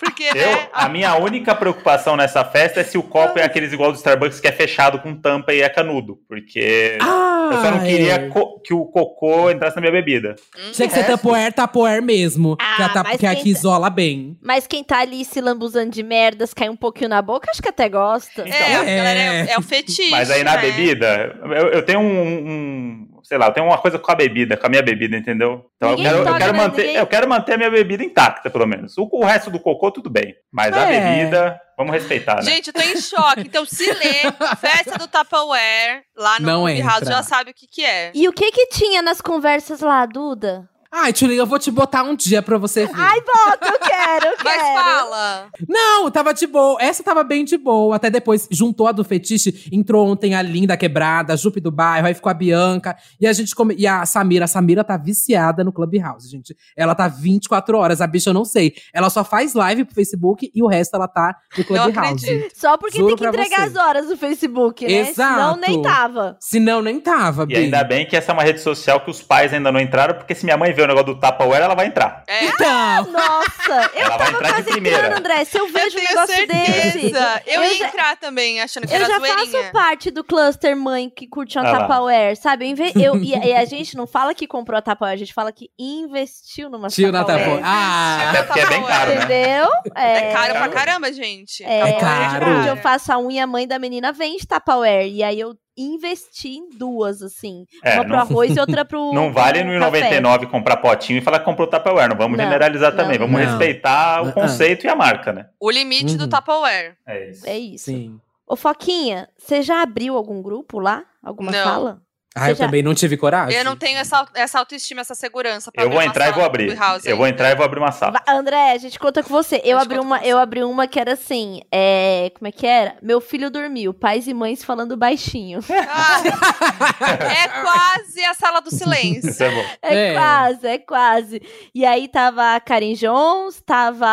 Porque, É, Eu, né? a minha única preocupação nessa festa é se o copo é aqueles igual do Starbucks que é fechado com tampa e é canudo. Porque Ah, eu só não queria é. co- que o cocô entrasse na minha bebida. Tinha que ser Tupperware, Tupperware mesmo. Hum. Ah, que é a, tap- mas que a quem que tá- isola bem. Mas quem tá ali se lambuzando de merdas, cai um pouquinho na boca, acho que até gosta. Então. É, a é. galera é, é o fetiche. Mas aí na né? bebida, eu, eu tenho um, um- Sei lá, eu tenho uma coisa com a bebida, com a minha bebida, entendeu? Então eu Ninguém quero, eu toca quero na manter, ninguém. eu quero manter a minha bebida intacta, pelo menos. O, o resto do cocô, tudo bem. Mas a É. bebida, vamos respeitar, né? Gente, eu tô em choque. Então, se lê festa do Tupperware lá no Não Clubhouse, entra. já sabe o que que é. E o que que tinha nas conversas lá, Duda? Ai, Tchulinha, eu vou te botar um dia pra você Hum. ver. Ai, bota, eu quero, eu quero. Mas fala. Não, tava de boa. Essa tava bem de boa. Até depois juntou a do fetiche, entrou ontem a Linda Quebrada, a Jupe do Bairro, aí ficou a Bianca. E a gente come... E a Samira. A Samira tá viciada no Clubhouse, gente. Ela tá 24 horas. A bicha, eu não sei. Ela só faz live pro Facebook e o resto ela tá no Clubhouse. acredito. Só porque Juro tem que pra entregar você. as horas no Facebook, né? Exato. Senão nem tava. Se não, nem tava, E ainda bem que essa é uma rede social que os pais ainda não entraram, porque se minha mãe vê o negócio do Tupperware, ela vai entrar. É. Então, Nossa, eu Ela vai tava entrar de quase primeira. entrando, André. Se eu Eu vejo um tenho negócio desse. certeza. Eu Eu ia já- entrar também, achando que Eu era já zoeirinha. faço parte do cluster mãe que curte uma Ah lá. Tupperware, sabe? Eu inve- eu- e, e a gente não fala que comprou a Tupperware, a gente fala que investiu numa tio na Tupperware. Tupperware. Ah, Até porque é bem caro, né? Entendeu? É caro pra Caro. caramba, gente. É, É hoje caro. onde eu faço a unha, a mãe da menina vende Tupperware. E aí eu investi em duas, assim. É, uma pro não, arroz e outra pro. não vale pro no café. 99 comprar potinho e falar que comprou Tupperware. Não vamos Não, generalizar não, também. Vamos não. respeitar o Ah, ah. conceito e a marca, né? O limite do Uhum. Tupperware. É isso. É isso. sim. Ô, Foquinha, você já abriu algum grupo lá? Alguma Não. sala? Ah, eu Você já- também não tive coragem. Eu não tenho essa, au- essa autoestima, essa segurança. Pra Eu vou abrir uma entrar e sala vou no abrir. Clubhouse Eu vou ainda. entrar e vou abrir uma sala. Va- André, a gente conta com você. Eu gente abri, conta uma, com eu você. abri uma que era assim, é, como é que era? Meu filho dormiu, pais e mães falando baixinho. Ah, é quase a sala do silêncio. Isso é bom. É, É. quase, é quase. E aí tava a Karen Jones, tava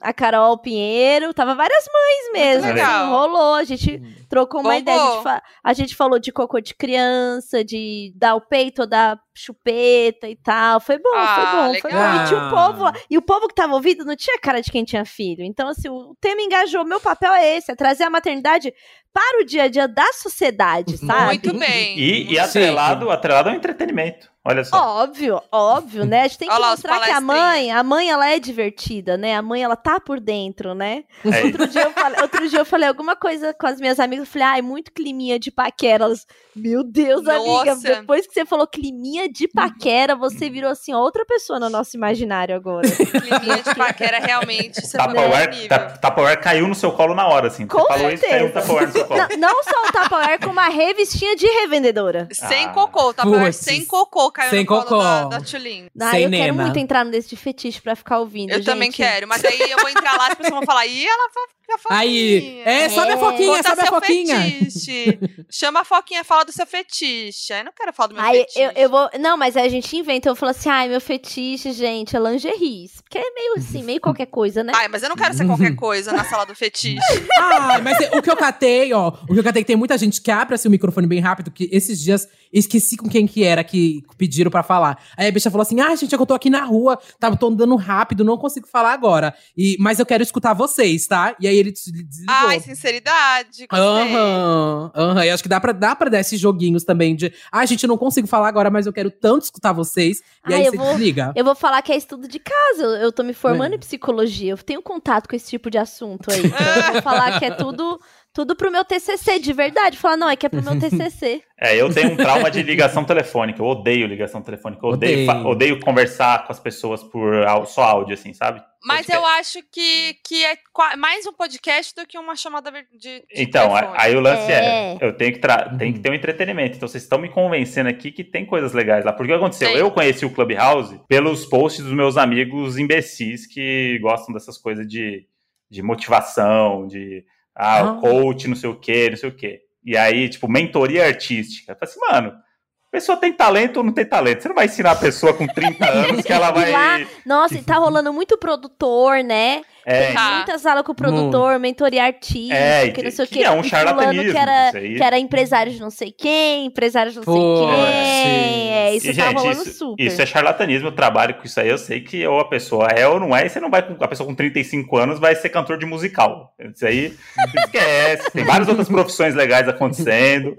a Carol Pinheiro, tava várias mães mesmo. legal. assim, rolou, a gente trocou uma Bombou. ideia. A gente, fa- a gente falou de cocô de criança, de dar o peito ou dar chupeta e tal. Foi bom, Ah, foi bom. Foi bom. legal. E, tinha o povo, e o povo que tava ouvindo não tinha cara de quem tinha filho. Então, assim, o tema engajou. Meu papel é esse, é trazer a maternidade para o dia a dia da sociedade, sabe? Muito bem. E, e Muito bem. atrelado, atrelado ao entretenimento. Olha só. Óbvio, óbvio, né? A gente tem que Olha lá os mostrar que a palestrinhas. mãe, a mãe ela é divertida, né? A mãe ela tá por dentro, né? é isso. Outro dia eu falei, outro dia eu falei alguma coisa com as minhas amigas, eu falei, ai, muito climinha de paquera. Elas, meu Deus, amiga, Nossa. Uhum. depois que você falou climinha de paquera, você virou assim outra pessoa no nosso imaginário agora. Climinha de paquera, realmente. Você foi outro Tupperware, nível. ta- Tupperware caiu no seu colo na hora, assim. Com Você falou isso, caiu um certeza. Tupperware no seu colo. não, não só o Tupperware, como uma revistinha de revendedora. Sem Ah, cocô, o Tupperware putz. sem cocô caiu Sem no colo cocô. da, da Tulin. Ah, Sem eu quero nema. muito entrar nesse de fetiche pra ficar ouvindo. Eu também gente. quero, mas aí eu vou entrar lá e as pessoas vão falar, ih, ela tá fa- fica fofinha. Aí, é, sobe É. a foquinha, Conta sobe a seu foquinha. fetiche. Chama a foquinha, fala do seu fetiche. Aí não quero falar do meu Aí fetiche. eu, eu vou. Não, mas aí a gente inventa. Eu falo assim, ai, meu fetiche, gente, é lingeries. Porque é meio assim, meio qualquer coisa, né? Ai, mas eu não quero ser qualquer coisa na sala do fetiche. Ah, mas o que eu catei, ó. O que eu catei, é que tem muita gente que abre assim, o microfone bem rápido, que esses dias esqueci com quem que era que pediram pra falar. Aí a bicha falou assim: ah, gente, é que eu tô aqui na rua, tá, tô andando rápido, não consigo falar agora. E, mas eu quero escutar vocês, tá? E aí ele des- desligou. Ai, sinceridade. gostei. Aham, aham. E acho que dá pra, dá pra dar esses joguinhos também de. Ah, gente, eu não consigo falar agora, mas eu quero tanto escutar vocês. E Ah, aí eu você vou- desliga. Eu vou falar que é estudo de casa. Eu, eu tô me formando É. em psicologia. Eu tenho contato com esse tipo de assunto aí. Então eu vou falar que é tudo, tudo pro meu TCC, de verdade. Falar, não, é que é pro meu TCC. É, eu tenho um trauma de ligação telefônica. Eu odeio ligação telefônica. Eu odeio, Odeio. fa- odeio conversar com as pessoas por au- só áudio, assim, sabe? Mas Podcast. eu acho que, que é qua- mais um podcast do que uma chamada ver- de, de Então, a- telefone. aí o lance é, É. eu tenho que, tra- Uhum. tem que ter um entretenimento. Então, vocês estão me convencendo aqui que tem coisas legais lá. Porque o que aconteceu? Tem. Eu conheci o Clubhouse pelos posts dos meus amigos imbecis que gostam dessas coisas de, de motivação, de ah, Ah. coach, não sei o quê, não sei o quê. E aí, tipo, mentoria artística. Eu falei assim, mano, a pessoa tem talento ou não tem talento? Você não vai ensinar a pessoa com 30 anos que ela E lá, vai. Nossa, e tá rolando muito produtor, né? É, Tem Tá. muita sala com o produtor, mentoria artística, É, que não que- sei o que quê. é um E fulano charlatanismo, Que era, isso aí. que era empresário de não sei quem, empresário de não Pô, sei quem. é, É, sim. isso E, tá rolando isso, super. isso é charlatanismo, eu trabalho com isso aí, eu sei que ou a pessoa é ou não é, e você não vai com a pessoa com 35 anos vai ser cantor de musical. Isso aí esquece. Tem várias outras profissões legais acontecendo.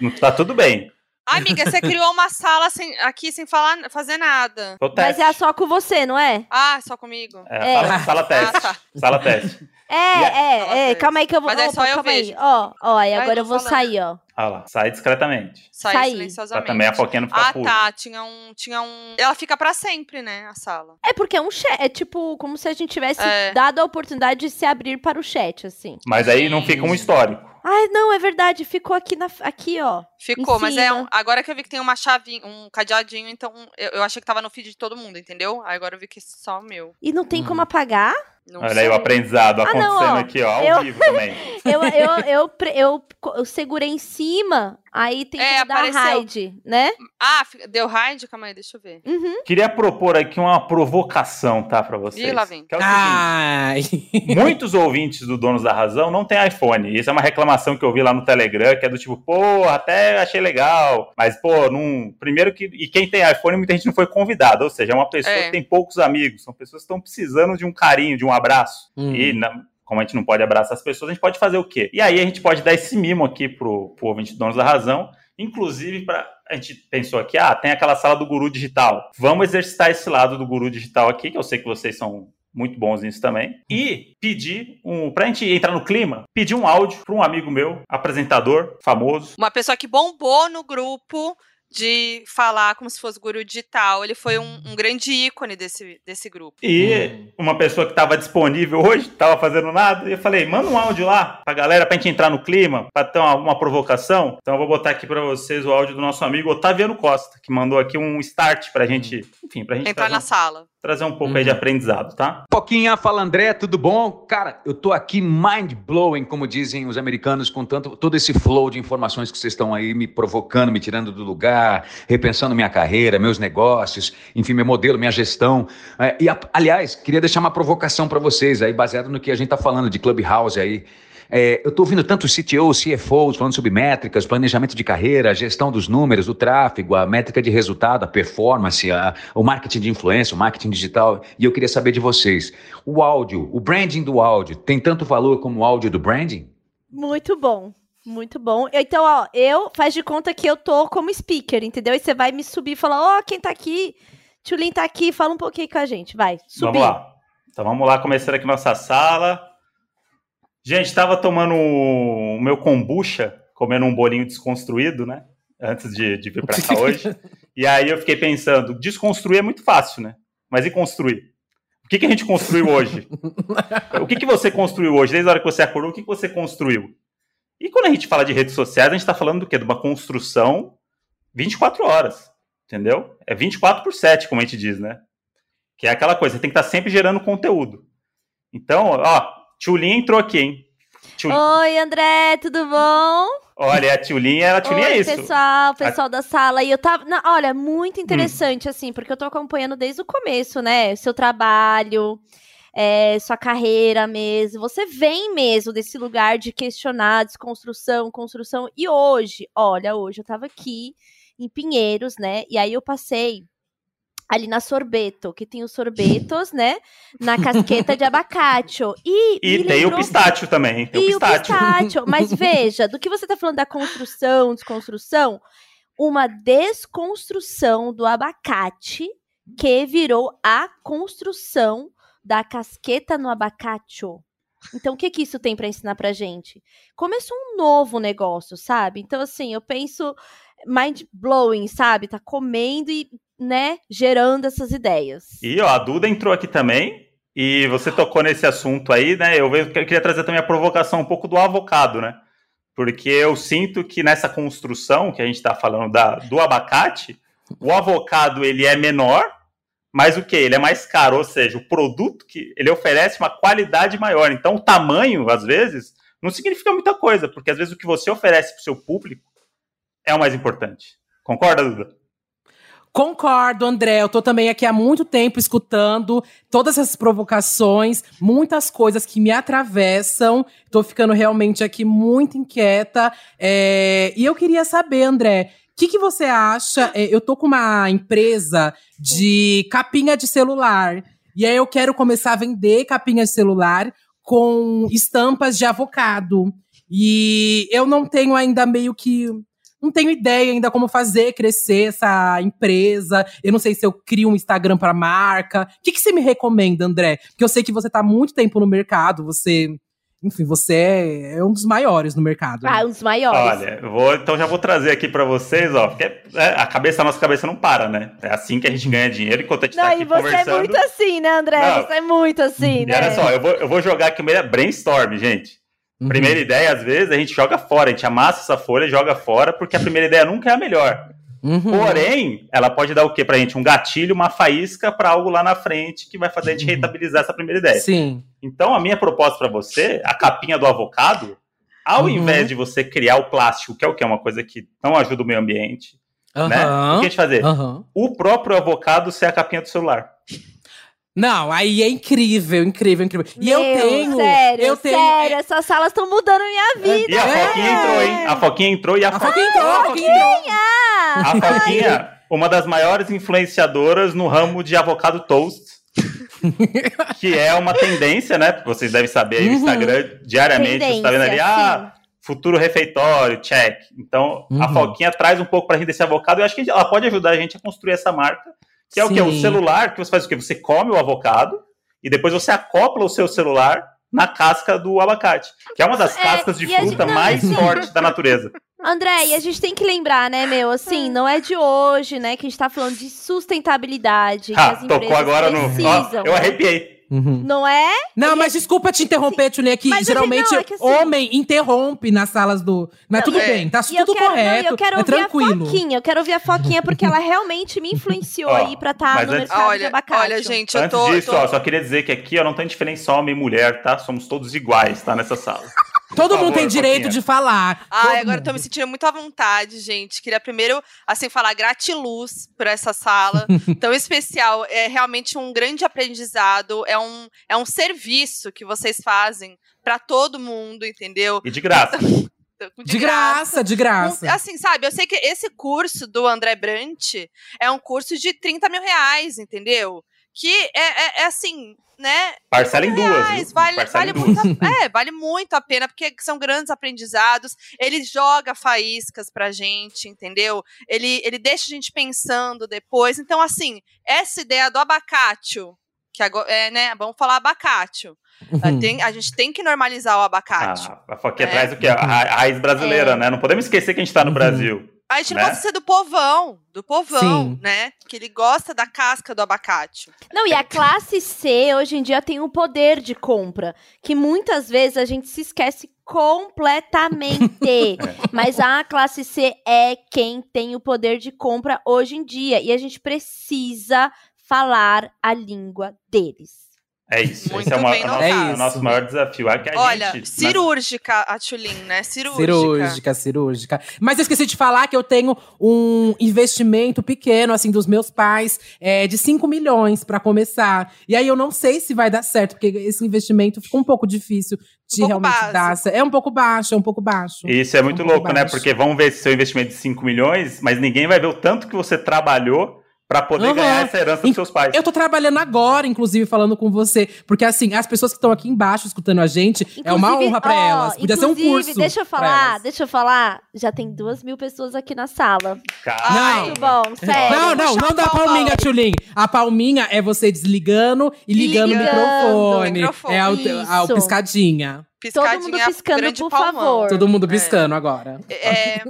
não- Tá tudo bem. Ai, Amiga, você criou uma sala sem- aqui sem falar, fazer nada. Eu testo. Mas é só com você, não é? Ah, só comigo. É, Sala, sala teste. Ah, tá. Sala teste. É, Yeah. é, é. Fala, Calma aí que eu vou. Mas é opa, só eu calma aí. vejo. Ó, ó, aí Ai, agora não eu vou fala. sair, ó. Ah lá, sai discretamente. Sai Saí. Pra também a silenciosamente. Foquinha não ficar Ah, pura. tá. Tinha um, tinha um. Ela fica pra sempre, né? A sala. É porque é um chat. É tipo, como se a gente tivesse É. dado a oportunidade de se abrir para o chat, assim. Mas aí não fica um histórico. Ai, não, é verdade. Ficou aqui, na, aqui ó. Ficou, Em mas é cima. um, agora que eu vi que tem uma chavinha, um cadeadinho, então eu, eu achei que tava no feed de todo mundo, entendeu? Aí Agora eu vi que é só o meu. E não tem como apagar? Não Olha sei. aí o aprendizado acontecendo Ah, ó. aqui, ó, ao Eu- vivo também. Eu, eu, eu, pre- eu, co- eu segurei em cima, aí tem É, como dar apareceu. raid, né? Ah, fi- deu raid? Calma aí, deixa eu ver. Uhum. Queria propor aqui uma provocação, tá, pra vocês. Ih, lá vem. Que é o Ah, Ai. seguinte, muitos ouvintes do Donos da Razão não têm iPhone. Isso é uma reclamação que eu vi lá no Telegram, que é do tipo, pô, até achei legal, mas, pô, não... Primeiro que... E quem tem iPhone, muita gente não foi convidada, ou seja, é uma pessoa É. que tem poucos amigos, são pessoas que estão precisando de um carinho, de um abraço. Hum. E na- como a gente não pode abraçar as pessoas, a gente pode fazer o quê? E aí a gente pode dar esse mimo aqui pro, pro ouvinte do Donos da Razão, inclusive para a gente pensou aqui, ah, tem aquela sala do guru digital. Vamos exercitar esse lado do guru digital aqui, que eu sei que vocês são muito bons nisso também. E pedir um, pra gente entrar no clima, pedir um áudio para um amigo meu, apresentador famoso. Uma pessoa que bombou no grupo de falar como se fosse guru digital. Ele foi um, um grande ícone desse, desse grupo. Uhum. E Hum. uma pessoa que estava disponível hoje, estava fazendo nada, e eu falei, manda um áudio lá pra galera, pra gente entrar no clima, pra ter uma, uma provocação. Então eu vou botar aqui pra vocês o áudio do nosso amigo Otaviano Costa, que mandou aqui um start pra gente, enfim, pra gente Entrar trazer, um, na sala. trazer um pouco aí de Uhum. aprendizado, tá? Poquinha, fala André, tudo bom? Cara, eu tô aqui mind blowing, como dizem os americanos, com tanto todo esse flow de informações que vocês estão aí me provocando, me tirando do lugar, repensando minha carreira, meus negócios, enfim, meu modelo, minha gestão. É, e a- aliás, queria deixar uma provocação para vocês aí, baseado no que a gente tá falando de Clubhouse aí. É, eu tô ouvindo tanto CTOs, CFOs falando sobre métricas, planejamento de carreira, gestão dos números, do tráfego, a métrica de resultado, a performance, a- o marketing de influência, o marketing digital. E eu queria saber de vocês: o áudio, o branding do áudio, tem tanto valor como o áudio do branding? Muito bom. Muito bom. Então, ó, eu faz de conta que eu tô como speaker, entendeu? E você vai me subir e falar, ó, quem tá aqui? Tulin tá aqui, fala um pouquinho com a gente, vai. Subir. Vamos lá. Então vamos lá, começando aqui nossa sala. Gente, tava tomando o meu kombucha, comendo um bolinho desconstruído, né? Antes de, de vir pra Hum. cá hoje. E aí eu fiquei pensando, desconstruir é muito fácil, né? Mas e construir? O que, que a gente construiu hoje? o que, que você construiu hoje? Desde a hora que você acordou, o que, que você construiu? E quando a gente fala de redes sociais, a gente está falando do quê? De uma construção 24 horas, entendeu? É 24 por 7, como a gente diz, né? Que é aquela coisa, você tem que estar sempre gerando conteúdo. Então, ó, Tchulin entrou aqui, hein? Tchulin- Oi, André, tudo bom? Olha, a Tchulin, ela, a Tchulin Oi, é isso. Hum. pessoal, pessoal da sala. E eu tava. na- olha, muito interessante, assim, porque eu tô acompanhando desde o começo, né? Seu trabalho, é, sua carreira mesmo. Você vem mesmo desse lugar de questionar, desconstrução, construção. E hoje, olha, hoje eu tava aqui em Pinheiros, né? E aí eu passei. Ali na Sorbeto, que tem os sorbetos, né? Na casqueta de abacate. E, E me tem o lembrou É pistácio também, hein? Tem e o pistácio. Mas veja, do que você tá falando da construção, desconstrução, uma desconstrução do abacate que virou a construção da casqueta no abacate. Então, o que que isso tem para ensinar pra gente? Começou um novo negócio, sabe? Então, assim, eu penso mind blowing, sabe? Tá comendo e, né, gerando essas ideias. E ó, a Duda entrou aqui também. E você tocou nesse assunto aí, né? Eu vejo- eu queria trazer também a provocação um pouco do avocado, né? Porque eu sinto que nessa construção que a gente tá falando da, do abacate, o avocado ele é menor, mas o que? Ele é mais caro, ou seja, o produto que ele oferece uma qualidade maior. Então o tamanho, às vezes, não significa muita coisa, porque às vezes o que você oferece pro seu público é o mais importante. Concorda, Duda? Concordo, André. Eu tô também aqui há muito tempo escutando todas essas provocações, muitas coisas que me atravessam. Tô ficando realmente aqui muito inquieta. É, E eu queria saber, André, o que, que você acha? é, eu tô com uma empresa de capinha de celular. E aí eu quero começar a vender capinha de celular com estampas de avocado. E eu não tenho ainda meio que não tenho ideia ainda como fazer crescer essa empresa. Eu não sei se eu crio um Instagram para marca. O que, que você me recomenda, André? Porque eu sei que você tá há muito tempo no mercado, você enfim, você é, é um dos maiores no mercado. né? Ah, os maiores. Olha, eu vou, então já vou trazer aqui pra vocês, ó, porque é, a cabeça, a nossa cabeça não para, né? É assim que a gente ganha dinheiro enquanto a gente tá não, aqui e você é conversando. muito assim, né, André? Não. Você é muito assim, E né? olha só, eu vou, eu vou jogar aqui meio brainstorm, gente. Uhum. Primeira ideia, às vezes, a gente joga fora, a gente amassa essa folha, e joga fora, porque a primeira ideia nunca é a melhor. Uhum. Porém, ela pode dar o quê pra gente? Um gatilho, uma faísca pra algo lá na frente que vai fazer a gente Uhum. rentabilizar essa primeira ideia. Sim. Então, a minha proposta pra você, a capinha do avocado, ao Uhum. invés de você criar o plástico, que é o que? É uma coisa que não ajuda o meio ambiente, né? O Aham. que a gente fazer? Aham. O próprio avocado ser a capinha do celular. Não, aí é incrível, incrível, incrível. E eu Meu, tenho. Sério, eu tenho. sério, essas salas estão mudando minha vida. É, E a Foquinha entrou, hein? A Foquinha entrou e a, Então é. A Fo- Foquinha entrou, a Foquinha entrou. a Foquinha, uma das maiores influenciadoras no ramo de avocado toast. que é uma tendência, né? Vocês devem saber aí no Uhum. Instagram, diariamente, você tá vendo ali, ah, futuro refeitório, check. Então, a Uhum. Foquinha traz um pouco pra gente desse avocado. Eu acho que ela pode ajudar a gente a construir essa marca, que é o que? O Sim. celular, que você faz o quê? Você come o avocado e depois você acopla o seu celular na casca do abacate, que é uma das É, cascas de e a gente- fruta não, mais isso- fortes da natureza. André, e a gente tem que lembrar, né, meu, assim, não é de hoje, né, que a gente tá falando de sustentabilidade, que Ah, as empresas tocou agora no. Ó, precisam. né? eu arrepiei. Uhum. Não é? Não, mas desculpa te interromper, Tchulê, aqui. Mas, assim, Geralmente, não, é que assim- homem interrompe nas salas do. Mas tudo é. bem, tá E eu tudo quero- não, correto. e eu quero é ouvir a tranquilo. Foquinha, eu quero ouvir a Foquinha, porque ela realmente me influenciou Ó, aí pra estar mas no antes- mercado de olha, abacate. olha, gente, eu Antes tô. disso, tô- ó, só queria dizer que aqui ó, não tem diferença homem e mulher, tá? Somos todos iguais, tá? Nessa sala. Todo Por mundo tem favor, direito Tá Foquinha. de falar. Ai, Todo agora eu tô me mundo. sentindo muito à vontade, gente. Queria primeiro, assim, falar gratiluz por essa sala tão especial. É realmente um grande aprendizado, é um, é um serviço que vocês fazem pra todo mundo, entendeu? E de graça. De graça, de graça. Um- assim, sabe, eu sei que esse curso do André Brant é um curso de 30 mil reais, entendeu? Que é, é- é assim, né? Parcela em duas. reais, viu? vale, Parcela vale, em duas. muito a, é, vale muito a pena, porque são grandes aprendizados. Ele joga faíscas pra gente, entendeu? Ele, ele deixa a gente pensando depois. Então, assim, essa ideia do abacate, que agora, é, né, vamos falar abacate. assim, Tá, Uhum. Tem- a gente tem que normalizar o abacate. Ah, a foquinha É. traz o quê? A, a raiz É. brasileira, né? Não podemos esquecer que a gente tá no Uhum. Brasil. A gente não né? pode ser do povão, do povão, Sim. né? Que ele gosta da casca do abacate. Não, e a classe C hoje em dia tem um poder de compra que muitas vezes a gente se esquece É. completamente. Mas a classe C é quem tem o poder de compra hoje em dia e a gente precisa falar a língua deles. É isso. Muito Esse é, uma- bem a nossa- notado. o nosso maior desafio. É que a Olha, gente, cirúrgica a Tulin, né? Cirúrgica. Cirúrgica, cirúrgica. Mas eu esqueci de falar que eu tenho um investimento pequeno, assim, dos meus pais, é, de 5 milhões pra começar. E aí eu não sei se vai dar certo, porque esse investimento ficou um pouco difícil de pouco realmente básico. dar certo. É um pouco baixo, é um pouco baixo. Isso é muito Um pouco louco, né? baixo. Porque vão ver esse seu investimento é de 5 milhões, mas ninguém vai ver o tanto que você trabalhou pra poder Uhum. ganhar essa herança dos Inc- seus pais. Eu tô trabalhando agora, inclusive, falando com você. Porque, assim, as pessoas que estão aqui embaixo escutando a gente, é uma Inclusive, honra pra ó, elas. Podia ser um inclusive, curso. Deixa eu pra falar, elas. deixa eu falar. Já tem duas mil pessoas aqui na sala. Cara, Não. Muito bom, sério. Não, não, puxar não a dá palma palminha, hoje. Tchulin. A palminha é você desligando e ligando, Ligando. o microfone. Microfone. É o, te- a- o Isso. piscadinha. Piscadinha, Todo mundo piscando, grande por palmão. favor. Todo mundo piscando agora. É,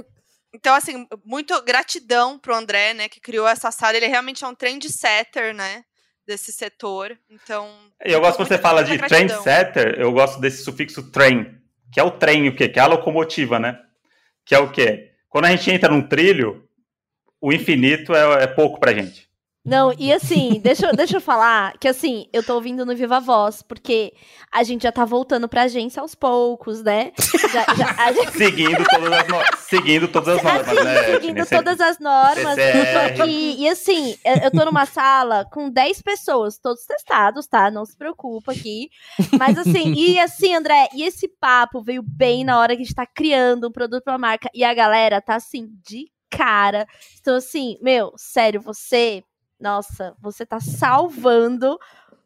então, assim, muito gratidão pro André, né, que criou essa sala. Ele realmente é um trendsetter, né, desse setor. Então, eu gosto quando você Muita- fala de muita gratidão. trendsetter, eu gosto desse sufixo train, que é o trem, o quê? Que é a locomotiva, né? Que é o quê? Quando a gente entra num trilho, o infinito é, é pouco pra gente. Não, e assim, deixa, eu- deixa eu falar que assim, eu tô ouvindo no Viva Voz, porque a gente já tá voltando pra agência aos poucos, né? Já- já- a gente- Seguindo todas as, no... Seguindo todas as normas, assim, né? seguindo Tina? Sempre- todas as normas. CCR. só que- e assim, eu, eu tô numa sala com 10 pessoas, todos testados, tá? Não se preocupa aqui. Mas assim, e assim, André, e esse papo veio bem na hora que a gente tá criando um produto pra marca. E a galera tá assim, de cara. Então, assim, meu, sério, você. Nossa, você tá salvando.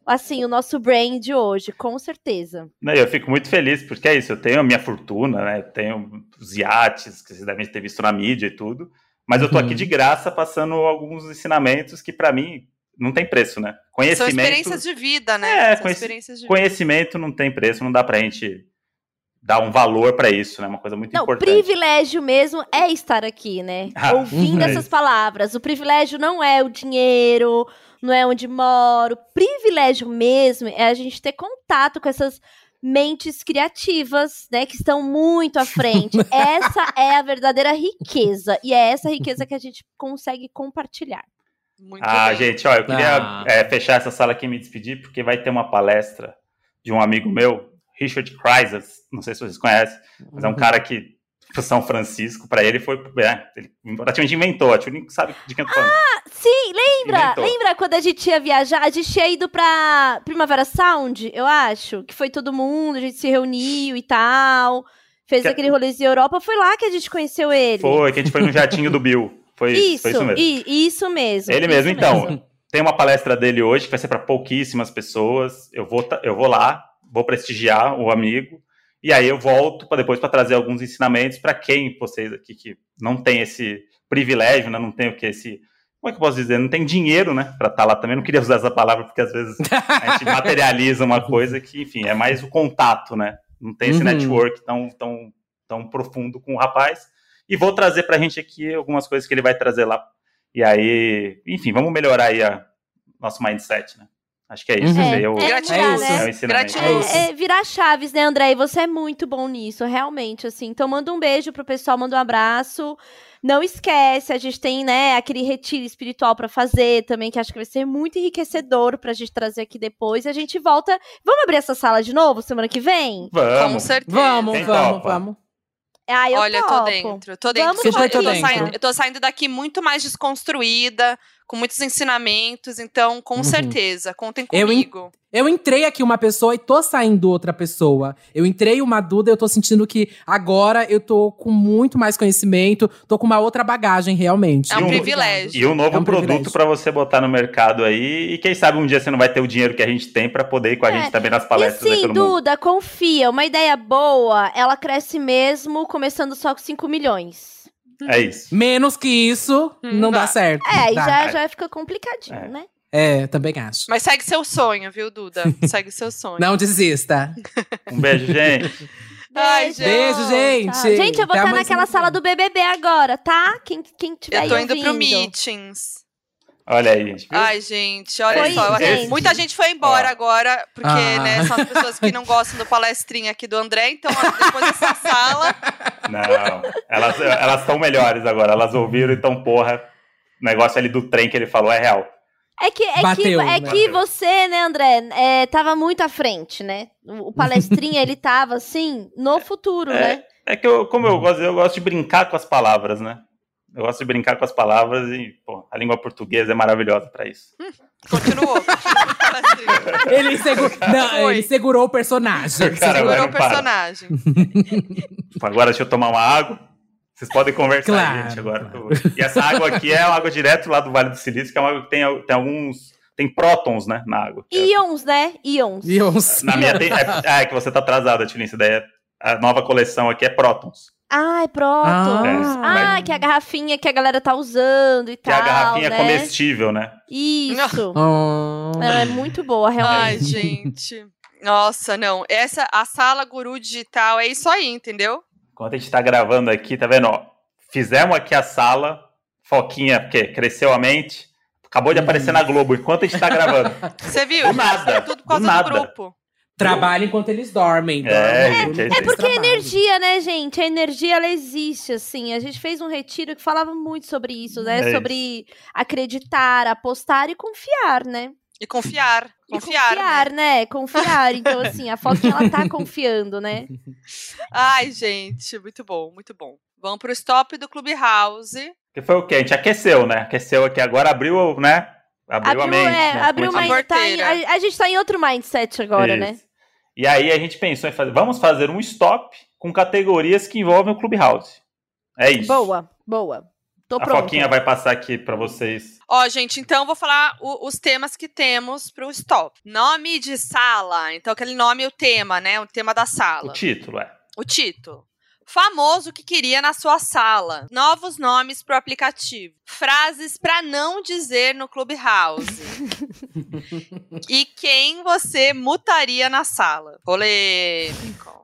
Assim, o nosso brand hoje, com certeza. Não, eu fico muito feliz, porque é isso, eu tenho a minha fortuna, né? Tenho os iates que vocês devem ter visto na mídia e tudo. Mas eu tô Uhum. aqui de graça passando alguns ensinamentos que, pra mim, não tem preço, né? são Conhecimento. experiências de vida, né? É, são conheci- experiências de vida. Conhecimento não tem preço, não dá pra gente dar um valor pra isso, né? Uma coisa muito Não, importante. privilégio mesmo é estar aqui, né? Ah, Ouvindo é essas isso. palavras. O privilégio não é o dinheiro, não é onde moro. Privilégio mesmo é a gente ter contato com essas mentes criativas, né, que estão muito à frente. essa é a verdadeira riqueza e é essa riqueza que a gente consegue compartilhar. Muito Ah, bem. gente, ó, eu queria Ah. é, fechar essa sala aqui e me despedir, porque vai ter uma palestra de um amigo meu, Richard Kreisers, não sei se vocês conhecem, mas é Uhum. um cara que São Francisco, pra ele foi. É, ele praticamente inventou, a Tio nem sabe de quem eu tô falando. Ah, sim, lembra? Inventou. Lembra quando a gente ia viajar? A gente tinha ido pra Primavera Sound, eu acho, que foi todo mundo, a gente se reuniu e tal. Fez Que- aquele rolezinho Europa, foi lá que a gente conheceu ele. Foi, que a gente foi no jatinho do Bill. Foi isso, Isso, foi isso mesmo. i- isso mesmo. Ele isso mesmo, então. mesmo. Tem uma palestra dele hoje que vai ser para pouquíssimas pessoas. Eu vou, ta- eu vou lá, vou prestigiar o amigo e aí eu volto para depois para trazer alguns ensinamentos para quem vocês aqui que não tem esse privilégio, né? Não tem o que esse como é que eu posso dizer? Não tem dinheiro, né? Para estar lá também. Não queria usar essa palavra porque às vezes a gente materializa uma coisa que, enfim, é mais o contato, né? Não tem esse Uhum. network tão, tão, tão profundo com o rapaz. E vou trazer pra gente aqui algumas coisas que ele vai trazer lá. E aí, enfim, vamos melhorar aí a nosso mindset, né? Acho que é isso. Uhum. esse aí É, o, É, é, é Gratidão. mudar, isso. o né? ensinamento. Gratidão. isso. É, é virar chaves, né, André? E você é muito bom nisso, realmente, assim. Então, manda um beijo pro pessoal, manda um abraço. Não esquece, a gente tem, né, aquele retiro espiritual pra fazer também, que acho que vai ser muito enriquecedor pra gente trazer aqui depois. E a gente volta. Vamos abrir essa sala de novo semana que vem? Com Vamos. certeza. Vamos, Quem vamos, topa? vamos. Ah, eu Olha, eu topo. tô dentro. Tô dentro. Vamos eu, fazer. tô Você tá Saindo, dentro. eu tô saindo daqui muito mais desconstruída, com muitos ensinamentos. Então, com Uhum. certeza, contem Eu en- comigo. Eu entrei aqui uma pessoa e tô saindo outra pessoa. Eu entrei uma Duda e eu tô sentindo que agora eu tô com muito mais conhecimento, tô com uma outra bagagem, realmente. É um E um- privilégio. E um novo É um produto privilégio. pra você botar no mercado aí. E quem sabe um dia você não vai ter o dinheiro que a gente tem pra poder ir com a É. gente também nas E palestras aí assim, pelo mundo. Duda, confia. Uma ideia boa, ela cresce mesmo começando só com 5 milhões. É isso. Menos que isso, Hum, não dá dá. certo. É, aí Dá. já, já fica complicadinho, É. né? É, também acho. Mas segue seu sonho, viu, Duda? Segue seu sonho. Não desista. Um beijo, gente. Ai, Beijo, gente. Tchau. Tá. Gente, eu vou Até estar amanhã, naquela semana que sala vem. do BBB agora, tá? Quem, quem tiver Eu tô aí indo pro ouvindo. meetings. Olha aí, gente. viu? Ai, gente, olha Foi, só. eu acho- gente. Muita gente foi embora Ó. agora, porque Ah. né, são as pessoas que não gostam do palestrinha aqui do André, então ó, depois dessa sala. Não, elas estão melhores agora. Elas ouviram, então, porra, o negócio ali do trem que ele falou é real. É que, é que, Bateu, é né? que Bateu. você, né, André, é, tava muito à frente, né? O o palestrinha, ele tava, assim, no futuro, É. né? É que eu, Uhum. como eu gosto, eu gosto de brincar com as palavras, né? Eu gosto de brincar com as palavras e, pô, a língua portuguesa é maravilhosa pra isso. Continuou. continuou o palestrinha. Ele, segu- não, Foi. ele segurou o personagem. Cara, Segurou- Segurou agora não o para. personagem. Pô, Agora deixa eu tomar uma água. Vocês podem conversar, Claro, gente, agora. claro. E essa água aqui é uma água direto lá do Vale do Silício, que é uma água que tem, al- tem alguns. Tem prótons, né? Na água. Íons, né? Íons. E uns- Na minha tem. É, ah, é que você tá atrasada, Tilin. Isso daí é- a nova coleção aqui é prótons. Ai, prótons. Ah. Ah, que é a garrafinha que a galera tá usando e Que tal, a garrafinha né? é comestível, né? Isso. Ah. Ela é muito boa, Ai, realmente. gente. Nossa, não. Essa, a sala guru digital é isso aí, entendeu? Enquanto a gente tá gravando aqui, tá vendo? Ó, fizemos aqui a sala, Foquinha, porque cresceu a mente, acabou de aparecer na Globo enquanto a gente tá gravando. Você viu? É Do nada, Tudo por do causa do, nada. grupo. Trabalha enquanto eles dormem. É, dormem, gente, é eles isso. Porque a trabalham. energia, né, gente? A energia, ela existe, assim. A gente fez um retiro que falava muito sobre isso, né? É isso. sobre acreditar, apostar e confiar, né? E confiar. E Confiar. né? confiar, né? Confiar. Então, assim, a Foquinha, ela tá confiando, né? Ai, gente, muito bom, muito bom. Vamos pro stop do Clubhouse. Que foi o quê? A gente aqueceu, né? Aqueceu aqui agora, abriu, né? Abriu, a mente. é, né? abriu Muito uma... bem. Tá em- a, a gente tá em outro mindset agora, né? Isso. E aí a gente pensou em fazer, vamos fazer um stop com categorias que envolvem o Clubhouse. É isso. Boa, boa. Tô A pronta. Foquinha vai passar aqui pra vocês. Ó, gente, então eu vou falar o- os temas que temos pro stop. Nome de sala. Então, aquele nome e o tema, é né? O tema da O sala. título, é. O título. famoso que queria na sua sala, novos nomes pro aplicativo, frases pra não dizer no Clubhouse. e quem você mutaria na sala? Polêmico. Lá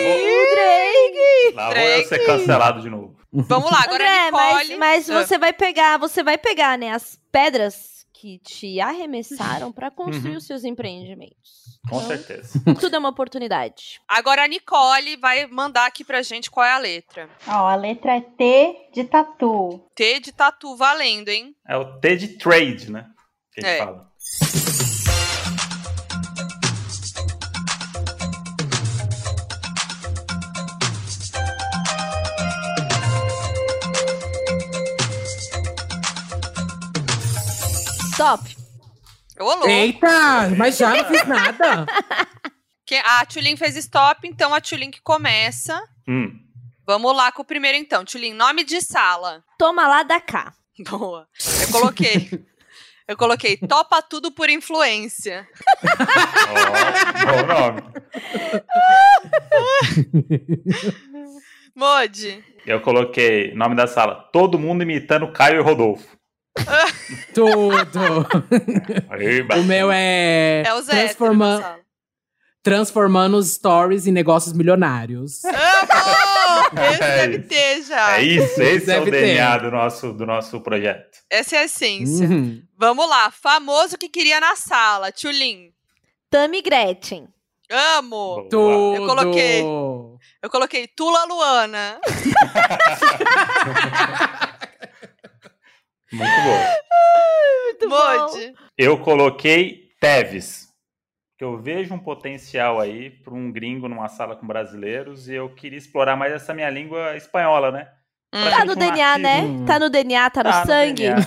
O Drake! vou, lá vou eu ser cancelado de novo. Vamos lá, agora André, a Nicole. mas, mas Ah. você vai pegar, você vai pegar, né, as pedras que te arremessaram pra construir os seus empreendimentos. Uhum. Com Então, certeza. Tudo é uma oportunidade. Agora a Nicole vai mandar aqui pra gente qual é a letra. Ó, a letra é T de tatu. T de tatu valendo, hein? É o T de trade, né? Que a gente É. fala. Top. Ô, louco. Eita, mas já não fiz nada. Que- A Tulin fez stop, então a Tulin que começa. Hum. Vamos lá com o primeiro, então. Tulin, nome de sala. Toma lá da cá. Boa. Eu coloquei. Eu coloquei topa tudo por influência. Ó, bom nome. Modi. Eu coloquei nome da sala. Todo mundo imitando Caio e Rodolfo. Tudo. Eba. O meu é, É o Zé. transforma- hétero transformando os stories em negócios milionários. da sala. Amo! Esse É deve ter já. É isso, esse é o Deve ter. DNA do nosso, do nosso projeto. Essa é a essência. Uhum. Vamos lá. Famoso que queria na sala. Tulin. Tami Gretchen. Amo! Boa. Tudo. Eu coloquei. Eu coloquei Tula Luana. Muito bom. Muito Modi. Eu coloquei Teves. Que eu vejo um potencial aí para um gringo numa sala com brasileiros e eu queria explorar mais essa minha língua espanhola, né? Pra Tá gente no um DNA, nativo. né? Tá no DNA, tá no Tá no sangue. DNA.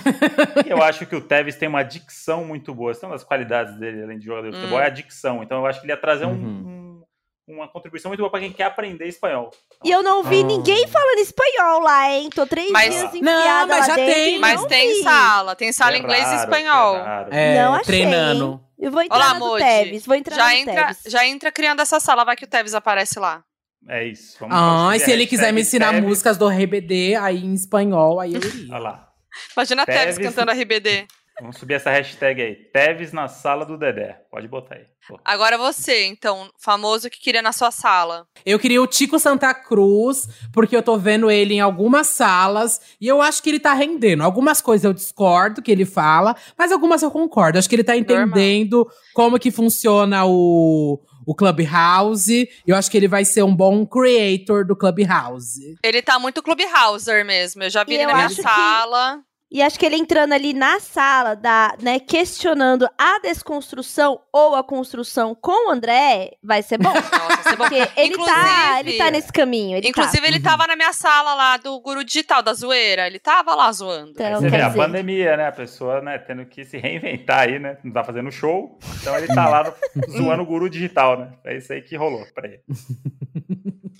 eu acho que o Tevez tem uma dicção muito boa. Essa é uma das qualidades dele, além de jogador de Hum. futebol, é a dicção. Então eu acho que ele ia trazer um- Uhum. um- uma contribuição muito boa pra quem quer aprender espanhol. E eu não vi Ah. ninguém falando espanhol lá, hein? Tô três Mas- dias enfiada Não, mas lá já dentro tem. e Mas não tem vi. sala. Tem sala É inglês e raro, espanhol. é raro. É, Não achei, treinando. Eu vou entrar Olá, na do Modi. Tevez. Vou entrar Já na do entra, Tevez. já entra criando essa sala, vai que o Tevez aparece lá. É isso. Vamos Ah, conseguir e se a ele quiser hashtag me ensinar Tevez. músicas do RBD aí em espanhol, aí eu Olha iria. lá. Imagina Tevez, Tevez. cantando RBD. Vamos subir essa hashtag aí. Teves na sala do Dedé. Pode botar aí. Pô. Agora você, então, famoso que queria na sua sala. Eu queria o Tico Santa Cruz, porque eu tô vendo ele em algumas salas e eu acho que ele tá rendendo. Algumas coisas eu discordo que ele fala, mas algumas eu concordo. Acho que ele tá entendendo como que funciona o, o Clubhouse. E eu acho que ele vai ser um bom creator do Clubhouse. Ele tá muito clubhouser mesmo. Eu já vi E ele eu na minha acho que- sala. E acho que ele entrando ali na sala, da, né, questionando a desconstrução ou a construção com o André, vai ser bom. Nossa, você é Porque ele tá, ele tá nesse caminho. Ele Inclusive, ele tava na minha sala lá do Guru Digital, da zoeira. Ele tava lá zoando. Então, Você vê quer a dizer- pandemia, né? A pessoa, né, tendo que se reinventar aí, né? Não tá fazendo show. Então ele tá lá no- zoando o guru digital, né? É isso aí que rolou pra ele.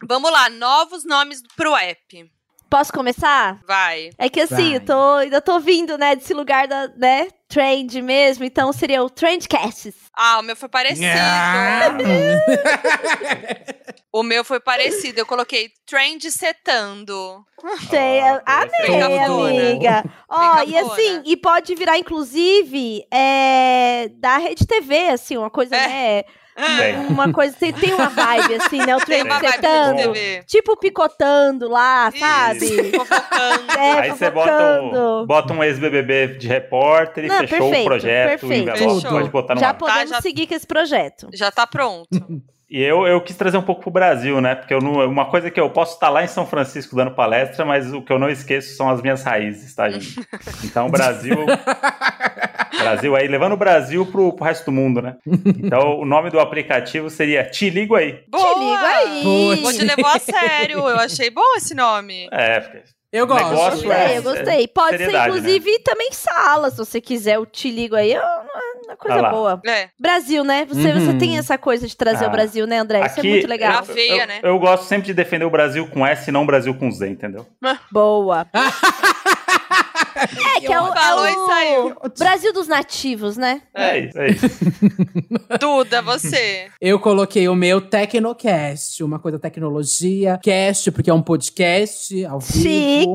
Vamos lá, novos nomes pro app. tá. Posso começar? Vai. É que assim, Vai. eu tô, ainda tô vindo, né, desse lugar da, né, trend mesmo, então seria o Trendcasts. Ah, o meu foi parecido. Ah, O meu foi parecido. Eu coloquei trend setando. Sei, Ah, é, amei, perfeito. Brincadona. amiga. Ó, e Brincadona. assim, e pode virar, inclusive, é, da Rede TV, assim, uma coisa, É. né, Tem. uma coisa, tem, tem uma vibe, assim, né, o Ah, Tem Trend uma vibe setando. de setando. TV. Tipo picotando lá, Isso, sabe? fofocando. É, Aí você bota um, fofocando. bota um ex-BBB de repórter e Não, fechou o perfeito, projeto, o perfeito. envelope, Fechou. pode botar tá no Já ar. podemos Tá, já- seguir com esse projeto. Já tá pronto. E eu, eu quis trazer um pouco pro Brasil, né? Porque eu não, uma coisa que eu posso estar lá em São Francisco dando palestra, mas o que eu não esqueço são as minhas raízes, tá, gente? Então, Brasil. Brasil aí, levando o Brasil pro, pro resto do mundo, né? Então, o nome do aplicativo seria Te Ligo Aí. Boa! Te ligo aí. Putz. Vou te levar a sério. Eu achei bom esse nome. É, porque Eu gosto. Negócio Gostei, é- eu gostei. Pode ser, seriedade, né? inclusive, também sala, se você quiser. Eu te ligo aí, é uma uma coisa Ah lá. boa. É. Brasil, né? Você, você Uhum. tem essa coisa de trazer Ah. o Brasil, né, André? Isso é Aqui- muito legal. Ela feia, eu, né? eu gosto sempre de defender o Brasil com S e não o Brasil com Z, entendeu? Boa. É, que é o, é Falou e saiu. o Brasil dos nativos, né? É isso, é isso. Duda, você. Eu coloquei o meu Tecnocast, uma coisa tecnologia, cast, porque é um podcast ao vivo.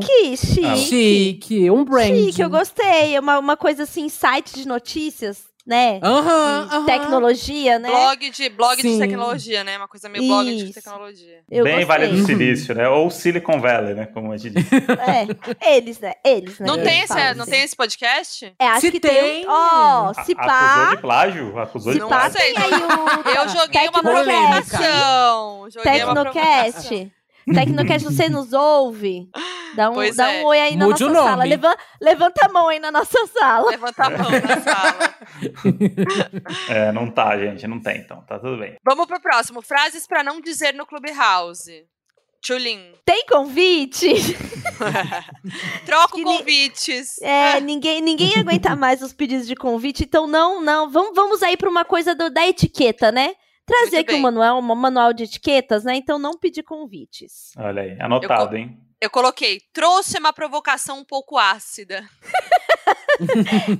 Chique, chique. Chique, um branding. Chique, eu gostei. É Uma, uma coisa assim, site de notícias, né? Aham, De aham. Tecnologia, né? Blog, de, blog de Sim. tecnologia, né? Uma coisa meio blog de Isso. tecnologia. Eu gostei. Bem Vale do Silício, né? Ou Silicon Valley, né? Como a gente diz. É, eles, né? Eles, né? Não, É, tem Eles esse, falam não assim. tem esse podcast? É, acho Se que tem. tem. Ó, A- se Acusou pá. de plágio. Acusou Se de Não pá, plágio. sei. tem aí um o. Eu joguei uma Tecnocast. provocação. Joguei uma provocação. Tecnocast. Tecnocast, você nos ouve? Dá um, Pois dá é. um oi aí na Mude o nossa nome. sala. Levan- levanta a mão aí na nossa sala. Levanta a mão na sala. É, não tá, gente. Não tem, então. Tá tudo bem. Vamos pro próximo. Frases pra não dizer no Clubhouse. Tchulin. Tem convite? Troco Que nem- convites. É, ninguém, ninguém aguenta mais os pedidos de convite, então não, não. Vamos, vamos aí pra uma coisa do- da etiqueta, né? Trazer Muito aqui bem. um manual, um manual de etiquetas, né? Então não pedir convites. Olha aí. Anotado, hein? Eu coloquei. Trouxe uma provocação um pouco ácida.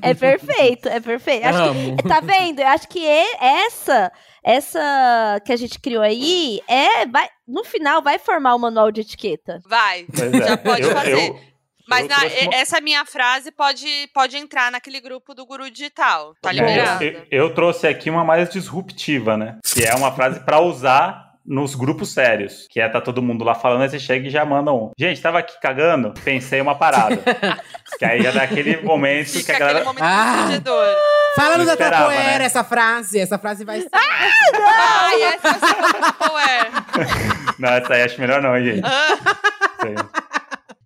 É perfeito, é perfeito. Acho Amo. Tá vendo? Eu acho que e- essa, essa que a gente criou aí, é, vai, no final vai formar o manual de etiqueta. Vai. Pois é. Já pode Eu- fazer. eu- Mas eu na- trouxe uma- essa minha frase pode, pode entrar naquele grupo do Guru Digital. Tá É, liberado? eu, eu- eu trouxe aqui uma mais disruptiva, né? Que é uma frase pra usar nos grupos sérios. Que é, tá todo mundo lá falando, aí você chega e já manda um. Gente, tava aqui cagando, pensei uma parada. que aí já dá aquele momento que Fica a aquele galera... momento Ah! constrangedor. Fala no da Esperava, Tapoeira né? essa frase. Essa frase vai ser. Ai, essa é Não, essa aí acho melhor não, hein, gente. Ah, Isso aí.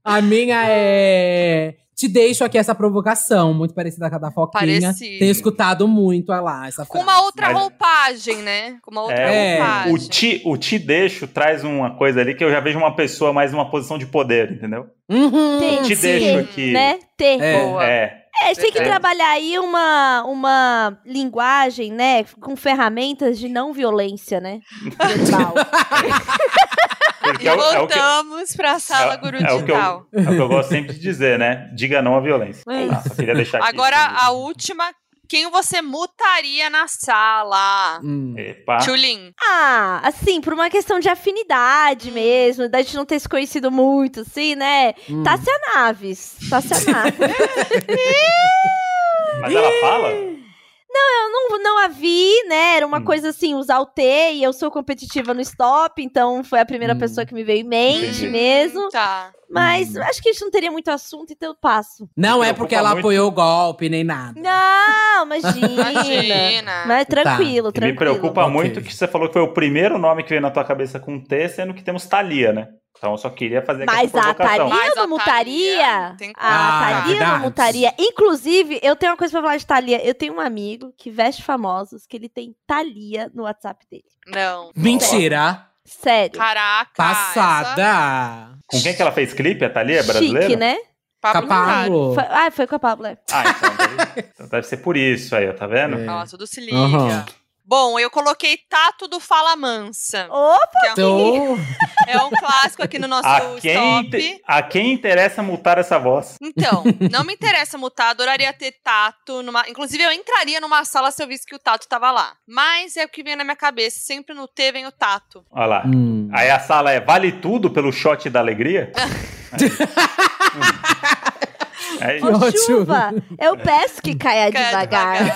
A minha é. Te deixo aqui essa provocação, muito parecida com a da Foquinha. Parecido. Tenho escutado muito, olha lá, essa Com frase. uma outra Mas- roupagem, né? Com uma outra É, o- roupagem. O te, o te deixo traz uma coisa ali que eu já vejo uma pessoa mais numa posição de poder, entendeu? Uhum, Tem Te Sim. deixo aqui. Né? Ter. É. É. Boa. É, a gente tem que É. trabalhar aí uma, uma linguagem, né? Com ferramentas de não violência, né? verbal. porque E é o, é o que, é voltamos pra sala é- Guru é o que eu- Digital. o que eu gosto sempre de dizer, né? Diga não à violência. É Ah, só queria deixar aqui. Agora a última. Quem você mutaria na sala? Hum. Epa. Tchulin. ah, assim, por uma questão de afinidade mesmo, da gente não ter se conhecido muito, assim, né? Hum. Tá Tássia Naves. Tássia Naves. Mas ela fala? não, não a vi, né? Era uma Hum. coisa assim, usar o T e eu sou competitiva no stop, então foi a primeira Hum. pessoa que me veio em mente Entendi. Hum. mesmo. Tá. Mas acho que a gente não teria muito assunto, então eu passo. Não é Preocupa porque ela muito. apoiou o golpe nem nada. Não, imagina. Imagina. Mas tranquilo, Tá. E me tranquilo. preocupa ok. muito que você falou que foi o primeiro nome que veio na tua cabeça com T, sendo que temos Thalia, né? Então eu só queria fazer aqui Mas essa a Thalia provocação. Mas a não mutaria. Thalia, tem como. A Ah, Thalia não verdade. mutaria. Inclusive, eu tenho uma coisa pra falar de Thalia. Eu tenho um amigo que veste famosos, que ele tem Thalia no WhatsApp dele. Não. Mentira! Ah, Sério. Caraca. essa- Passada! Com quem que ela fez clipe? A Thalia é brasileira? Chique, né? Pablo Vittar. Capablo! Foi- ah, foi com a Pablo. é. Ah, então deve, então deve ser por isso aí, ó, tá vendo? É. Nossa, tudo se liga. Aham. Bom, eu coloquei Tato do Fala Mansa. Opa! que é um- Tô- É um clássico aqui no nosso Então- A quem, stop. inte- a quem interessa multar essa voz? Então, não me interessa mutar, adoraria ter Tato. Numa... Inclusive, eu entraria numa sala se eu visse que o Tato tava lá. Mas é o que vem na minha cabeça. Sempre no T vem o Tato. Olha lá. Hum. Aí a sala é vale tudo pelo shot da alegria? É Aí, Que Ô, ótimo. chuva, eu peço que caia Quero É devagar.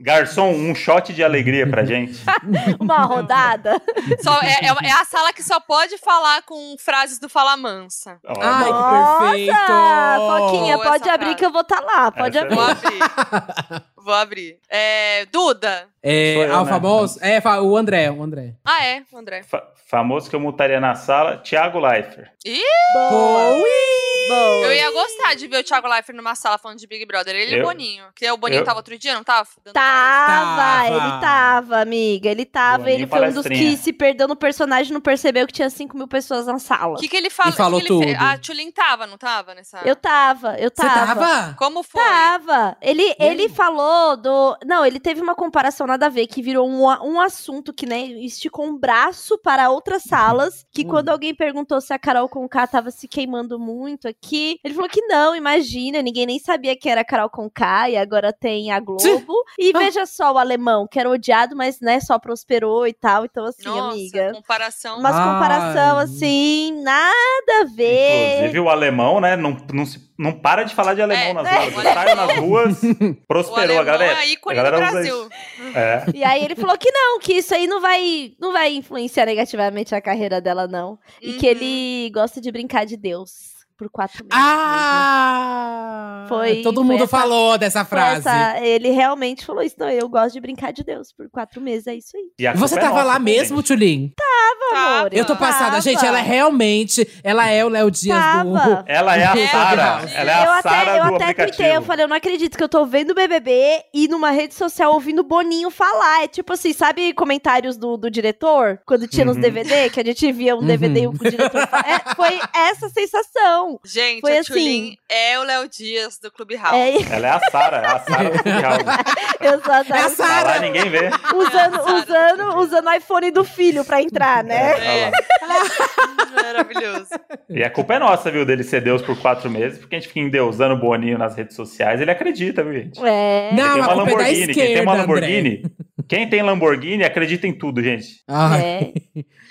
garçom, um shot de alegria pra gente. Uma rodada. Só- é, é- é a sala que só pode falar com frases do Fala Mansa. Ó, Ai, não. que perfeito! Ah, Foquinha, Boa pode essa abrir frase. que eu vou estar lá. Pode Essa é abrir. Vou abrir. Vou abrir. É, Duda. É, Sou eu, ah, o né? famoso? É, fa- o André, o André. Ah, é, André. Fa- famoso que eu multaria na sala, Thiago Leifert. Boa, boa. Eu ia gostar de ver o Thiago Leifert numa sala falando de Big Brother. Ele e o Eu- Boninho. Que é o Boninho eu- tava outro dia, não tava? Dando Tava, Tava. ele tava, amiga. Ele tava, Boa, ele nem foi um dos palestrinha. que se perdeu no personagem e não percebeu que tinha 5 mil pessoas na sala. O que, que ele falou? E falou que que ele tudo. fez? A Tulin tava, não tava nessa? Eu Tá, tava, eu Você tava. tava? Como foi? Tava. Ele, ele falou do. Não, ele teve uma comparação nada a ver, que virou um, a- um assunto que né, esticou um Uhum. braço para outras salas. Que Hum. quando alguém perguntou se a Carol Conká tava se queimando muito que. Ele falou que não, imagina, ninguém nem sabia que era Carol Conká e agora tem a Globo. E Ah. veja só o alemão, que era odiado, mas né, só prosperou e tal. Então, assim, Nossa, amiga. comparação. Umas Ai. comparação assim, nada a ver. Inclusive, o alemão, né? Não, não, se- não para de falar de alemão É, nas é, ruas. o Eu saio nas ruas, O prosperou alemão a galera. é ícone a do galera usa Brasil. isso. É. E aí ele falou que não, que isso aí não vai, não vai influenciar negativamente a carreira dela, não. E que Uhum. ele gosta de brincar de Deus por quatro meses. Ah! Foi- Todo foi mundo essa- falou dessa Então, Foi frase. É essa- ele realmente falou isso, não, eu gosto de brincar de Deus por quatro meses, é isso aí. E a Você culpa é tava nossa, lá né, mesmo, gente? Tulin? Tava. amor, Eu tô passada. tava. Gente, ela é realmente. Ela é o Léo Dias Tava. do. Ela é a É, Sara. Clubhouse. Ela é eu a até, Sara eu do até aplicativo. tuitei, eu falei, eu não acredito que eu tô vendo o BBB e numa rede social ouvindo o Boninho falar. É tipo assim, sabe comentários do, do diretor? Quando tinha nos Uhum. DVD, que a gente via um Uhum. DVD e o diretor fala. É, foi essa sensação. Gente, Foi a Tulin assim. é o Léo Dias do Clube House. É, Ela é a Sara. É a Sara do Clubhouse. eu só É a tava Tá lá e Sara! ninguém vê. usando, usando, usando o iPhone do filho pra entrar, né? É, olha lá. É. Maravilhoso. E a culpa é nossa, viu, dele ser Deus por quatro meses, porque a gente fica endeusando o Boninho nas redes sociais. Ele acredita, viu, gente? É. Não, Tem a culpa é uma da Lamborghini. Quem tem uma esquerda, André. Lamborghini, quem tem Lamborghini acredita em tudo, gente. Ah, É.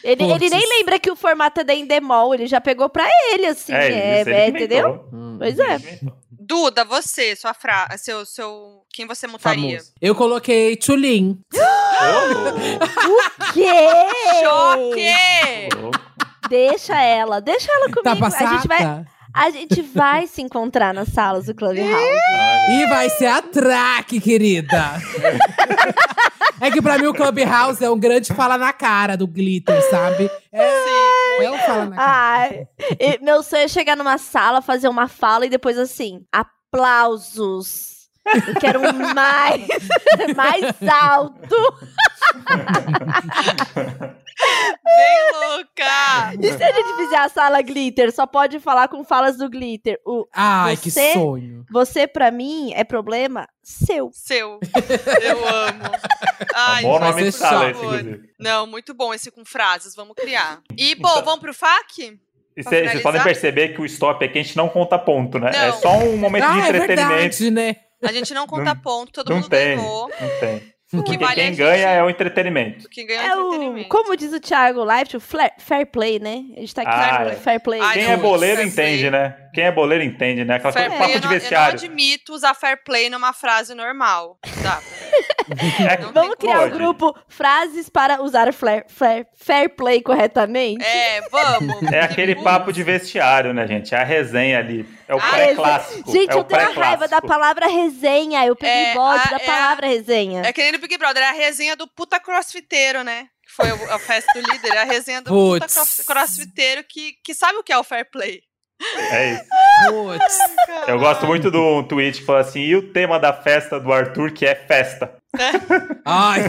Ele, ele nem Puts. lembra que o formato é da Endemol, ele já pegou pra ele, assim, é, isso, ele é, que entendeu? inventou. Pois é. Ele inventou. Duda, você, sua fra... seu, seu... Quem você mutaria? famoso. Eu coloquei Tulin. Ô, Uhum. Que? Choque! louco, louco. Deixa ela, deixa ela comigo. Tá a, gente vai, passada? a gente vai se encontrar nas salas do É. Clubhouse. Olha. E vai ser a traque, querida. é que pra mim o Clubhouse é um grande fala na cara do glitter, sabe? É, Sim. é um fala na Ah, cara. Ai, e meu sonho é chegar numa sala, fazer uma fala e depois assim, aplausos. Eu quero um mais, mais alto. Bem louca! E se a gente fizer a sala glitter, só pode falar com falas do glitter. O Ai, que Você? sonho. você pra mim é problema seu. Seu. Eu amo. Ai, É Um bom vai nome de ser sala chato. esse, inclusive. Não, muito bom esse com frases, vamos criar. E, bom, vamos pro FAQ? E Pra vocês podem finalizar? perceber que o stop aqui a gente não conta ponto, né? É Não. só um momento de Ah, é entretenimento. verdade, né? A gente não conta ponto, todo não mundo tem. ganhou. não tem. O que vale Porque é a quem gente- ganha é o entretenimento. Quem ganha é, É o, entretenimento. como diz o Thiago Life, o flair- fair play, né? A gente tá aqui Ah, no é. fair play. Ai, Quem não, é boleiro fair play. entende, né? Quem é boleiro entende, né? Aquela Fair coisa, play, papo eu de não, eu não vestiário. admito usar fair play numa frase normal. Tá. É que- não tem Vamos criar Pode. um grupo frases para usar o flair- flair- fair play corretamente? É, vamos. É aquele Tipo, papo de vestiário, né, gente? É a resenha ali. É o Ah, pré-clássico. Gente, é o eu tenho pré-clássico. raiva da palavra resenha. Eu peguei É, bode a- da é a- palavra resenha. É que nem no Big Brother, é a resenha do puta crossfiteiro, né? Que foi o- a festa do líder, é a resenha do puta Puts. cross- crossfiteiro que, que sabe o que é o fair play. É isso. Putz. Eu gosto muito do tweet que fala assim: e o tema da festa do Arthur, que é festa. Ai.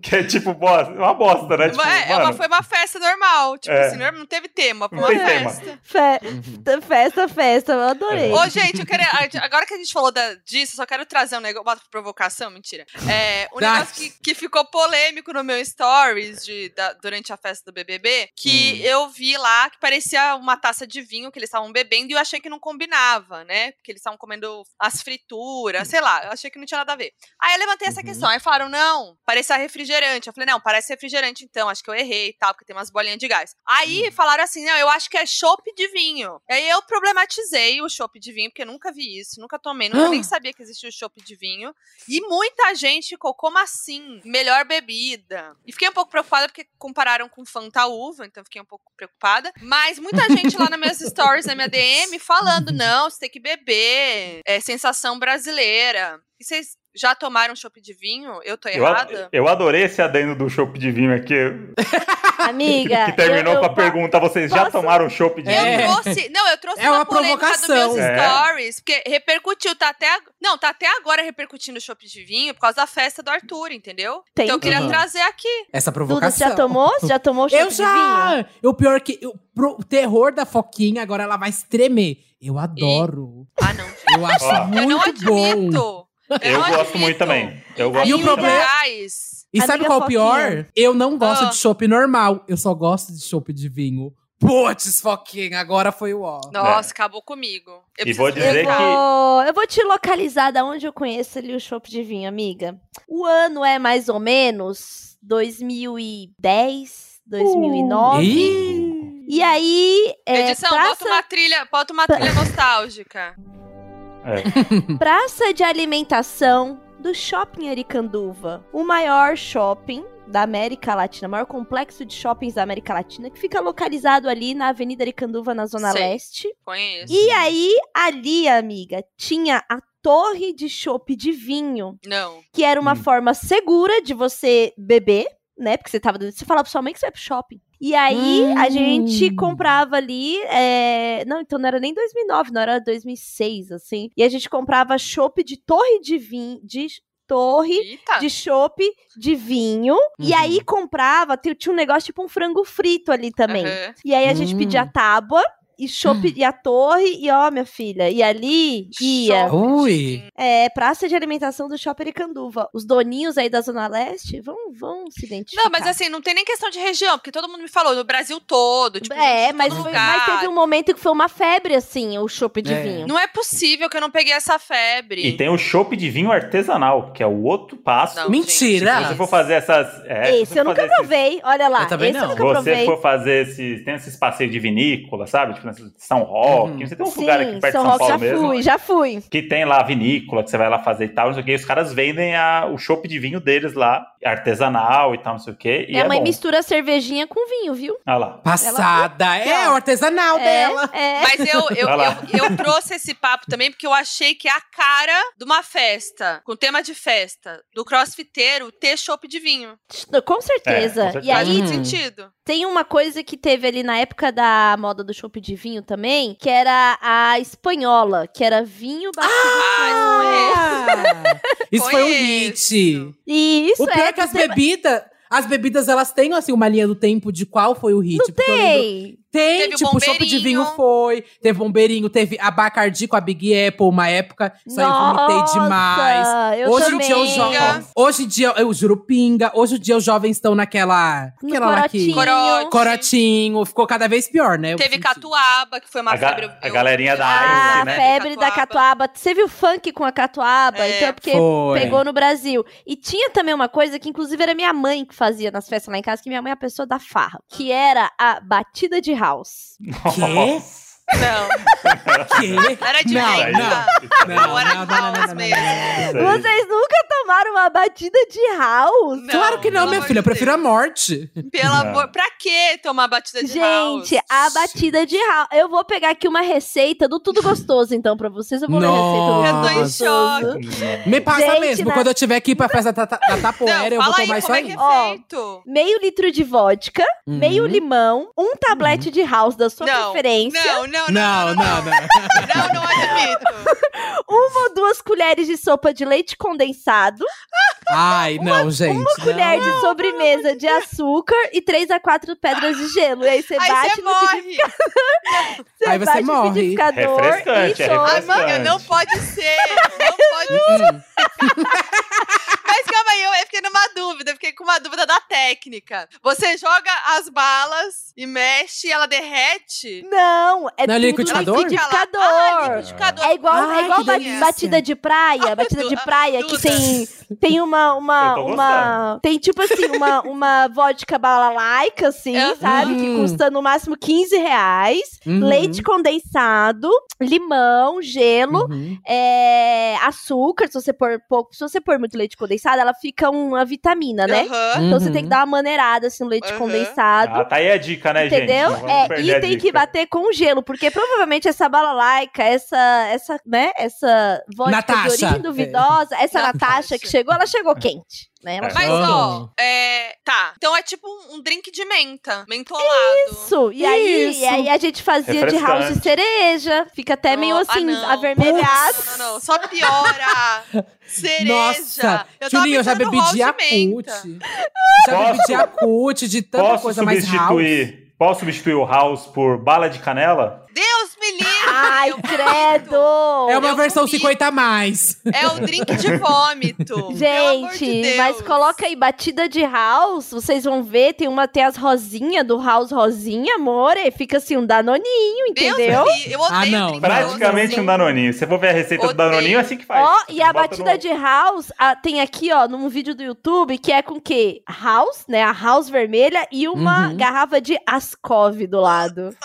Que é tipo bosta, uma bosta, né? Tipo, Mas é, mano, uma- foi uma festa normal. Tipo É. assim, norma- não teve tema, foi Não uma tem tema. festa. Fe- Uhum. Festa, festa, eu adorei. Ô, gente, eu quero. Agora que a gente falou da- disso, eu só quero trazer um negócio. Bota provocação, mentira. É, um Tá. negócio que, que ficou polêmico no meu stories de- da- durante a festa do BBB, que eu vi lá que parecia uma taça de vinho que eles estavam bebendo e eu achei que não combinava, né? Porque eles estavam comendo as frituras, sei lá. Eu achei que não tinha nada a ver. Aí eu levantei essa questão. Aí falaram, não, parecia refrigerante. Eu falei, não, parece refrigerante então. Acho que eu errei e tal, porque tem umas bolinhas de gás. Aí falaram assim, não, eu acho que é chopp de vinho. Aí eu problematizei o chopp de vinho, porque eu nunca vi isso, nunca tomei, nunca Ah. nem sabia que existia o chopp de vinho. E muita gente ficou, como assim? Melhor bebida. E fiquei um pouco preocupada, porque compararam com Fanta Uva, então fiquei um pouco preocupada. Mas muita gente lá nas minhas stories, na minha DM, falando, não, você tem que beber, é sensação brasileira. E vocês já tomaram chopp de vinho? Eu tô eu, a- errada? eu adorei esse adendo do chopp de vinho aqui, Amiga. que terminou Tá, eu- com eu a pergunta: vocês já posso- tomaram chopp de É. vinho? Eu trouxe. Não, eu trouxe É uma uma polêmica dos provocação. meus É. stories, porque repercutiu, tá até. ag- Não, tá até agora repercutindo o chopp de vinho por causa da festa do Arthur, entendeu? Tem então eu queria que- trazer aqui. Essa Duda, provocação. você já tomou? um Você já tomou chope Eu de vinho? já! O pior que. O pro- o terror da Foquinha, agora ela vai se tremer. Eu adoro. Ah, não. Eu acho Ó. muito Eu não bom. admito. Eu não gosto admito. muito também. Eu gosto E o muito problema- também. Gás. E sabe Amiga qual é o Foquinha. pior? Eu não gosto Ah. de chopp normal. Eu só gosto de chopp de vinho. Putz, Foquinha, agora foi o ó. Nossa, acabou comigo. Eu E preciso vou dizer Eu voltar. que- vou, eu vou te localizar da onde eu conheço ali o chopp de vinho, amiga. O ano é mais ou menos 2010, 2009. Ih! E aí, é, Edição, bota praça, uma trilha, bota uma trilha nostálgica. praça de alimentação do Shopping Aricanduva, o maior shopping da América Latina, o maior complexo de shoppings da América Latina, que fica localizado ali na Avenida Aricanduva, na Zona Sei. Leste. Conheço. E aí, ali, amiga, tinha a torre de chopp de vinho, Não. que era uma Hum. forma segura de você beber, né? Porque você tava. Você falava pra sua mãe que você vai pro shopping. E aí, a gente Hum. comprava ali. é, Não, então não era nem 2009, não era 2006, assim. E a gente comprava chopp de torre de vinho. De torre Eita. de chopp de vinho. E Uhum. aí comprava, tinha tinha um negócio tipo um frango frito ali também. Aham. E aí a gente Hum. pedia a tábua e chope e a torre e ó, minha filha, e ali ia Show. Ui! é, praça de alimentação do Shopping Canduva. Os doninhos aí da zona leste vão vão se identificar. Não, mas assim, não tem nem questão de região, porque todo mundo me falou, no Brasil todo. Tipo, é, mas, todo foi- lugar. mas teve um momento que foi uma febre assim, o chope de É. vinho. Não é possível que eu não peguei essa febre. E tem o chopp de vinho artesanal, que é o outro passo. Não, Mentira! Se você for fazer essas. É, se Esse você eu for nunca fazer esses- provei, olha lá. Eu também esse não. eu nunca você provei. for fazer esses. Tem esses passeios de vinícola, sabe? Tipo, nessas- São Roque. Uhum. Você tem um Sim, lugar aqui perto São de São Roque é Paulo já mesmo. fui, já fui. Que tem lá a vinícola que você vai lá fazer e tal, não sei o quê. Os caras vendem a- o chopp de vinho deles lá, artesanal e tal, não sei o quê. E Minha é mãe bom. mistura cervejinha com vinho, viu? Olha lá. Passada! É, o artesanal é, dela! é. Mas eu, eu, Vai lá. eu, eu trouxe esse papo também porque eu achei que é a cara de uma festa, com tema de festa, do crossfiteiro ter chopp de vinho. é, Com certeza. certeza. E Faz aí muito Hum. sentido. Tem uma coisa que teve ali na época da moda do chopp de vinho também, que era a espanhola, que era vinho batido. é. Ah, Ah, Isso foi um Conheço. hit. E isso o pior é, é que as bebidas. As bebidas, elas têm, assim, uma linha do tempo de qual foi o hit. porque eu lembro- tem. Tem, Teve o tipo, o chope de vinho bombeirinho. foi, teve bombeirinho, teve a Bacardi com a Big Apple uma época. Isso aí eu vomitei Nossa, demais. Eu hoje em também. dia eu jovens. Hoje em dia eu jurupinga. Hoje em dia os jovens estão naquela. No Aquela lá que. corotinho. Corote. Corotinho. Ficou cada vez pior, né? Eu Teve senti. catuaba, que foi uma A ga- febre. a galerinha da Ah, Ice, a né? febre da catuaba. Você viu funk com a catuaba? É. então é porque Foi. pegou no Brasil. E tinha também uma coisa que, inclusive, era minha mãe que fazia nas festas lá em casa, que minha mãe é a pessoa da farra, que era a batida de house. Nossa. Não, Quê? era de Não, venda. não. Não, não, Não, era não, não, não, house não, não, mesmo. não, não, não. Isso aí. Vocês nunca tomaram uma batida de house? Não, Claro que não, pelo minha amor filha. Eu de prefiro a Deus. morte. Pelo Não. amor, pra que tomar batida de house? Gente, a batida de house. Eu vou pegar aqui uma receita do Tudo Gostoso, então, pra vocês. Eu vou ler a receita do Nossa. Tudo Eu tô Gostoso. Me passa Gente, mesmo. na- Quando eu tiver aqui pra festa da, da, da não, Tapoeira, eu vou fala tomar aí isso como é aí. que é Ó, feito. Meio litro de vodka, meio Uhum. limão, um tablete de house da sua Não, preferência, Não, não, Não, não, não. não. Não, não admito. uma ou duas colheres de sopa de leite condensado, Ai, não, gente. Uma colher de sobremesa de açúcar e três a quatro pedras de gelo. E aí você Aí bate você no liquidificador, morre. você Aí você bate no morre. um liquidificador e Refrescante, é solta. Ai, refrescante. manga, não pode ser. Não pode Mas calma aí, eu eu fiquei numa dúvida. eu Fiquei com uma dúvida da técnica. Você joga as balas e mexe, ela derrete. Não, é Não é tudo liquidificador? no liquidificador. Ah, liquidificador. É igual, Ai, é igual que ba- delícia. batida de praia, Ah, batida de Duda, praia que Duda. tem tem uma Eu uma tô uma tem tipo assim uma uma vodka balalaica assim, Aham. sabe, que custa no máximo 15 reais, Uhum. leite condensado, limão, gelo, Uhum. é, açúcar, se você pôr pouco, se você pôr muito leite condensado, ela fica uma vitamina, né? Aham. Então você Uhum. tem que dar uma maneirada assim no leite Aham. condensado. Ah, tá aí a dica, né, Entendeu? gente? Não vamos É, perder a e tem que dica. bater com gelo, porque provavelmente essa balalaica, essa, essa, né, essa vodka Natasha. de origem duvidosa, essa Natasha. Natasha, que chegou, ela chegou quente, né? Ela É. Mas, ó, Vamos. é, tá. Então é tipo um, um drink de menta, mentolado. isso, e aí, Isso. e aí a gente fazia de house Refrescante. de cereja, fica até meio Oh, assim, ah, não. avermelhado. Não, não, não, só piora. Cereja. Nossa, Uhum. eu tava Julinha, eu já pensando bebi no de hall de acute. menta. Já bebi Posso- de acute, de tanta Posso coisa mais house. substituir, posso substituir o house por bala de canela? Deus me isso. Ai, Eu credo! É uma Eu versão comi. 50 a mais. É o drink de vômito. Pelo amor Gente, de Deus. mas coloca aí batida de house, vocês vão ver, tem uma tem as rosinhas do house rosinha, amore, fica assim um danoninho, Deus entendeu? me- Eu odeio Ah, não. drink de Praticamente um danoninho. Se você for ver a receita do Odeio. danoninho, é assim que faz. Ó, e a Bota batida no- de house ah, tem aqui, ó, num vídeo do YouTube, que é com o quê? House, né? A house vermelha e uma Uhum. garrafa de Ascov do lado.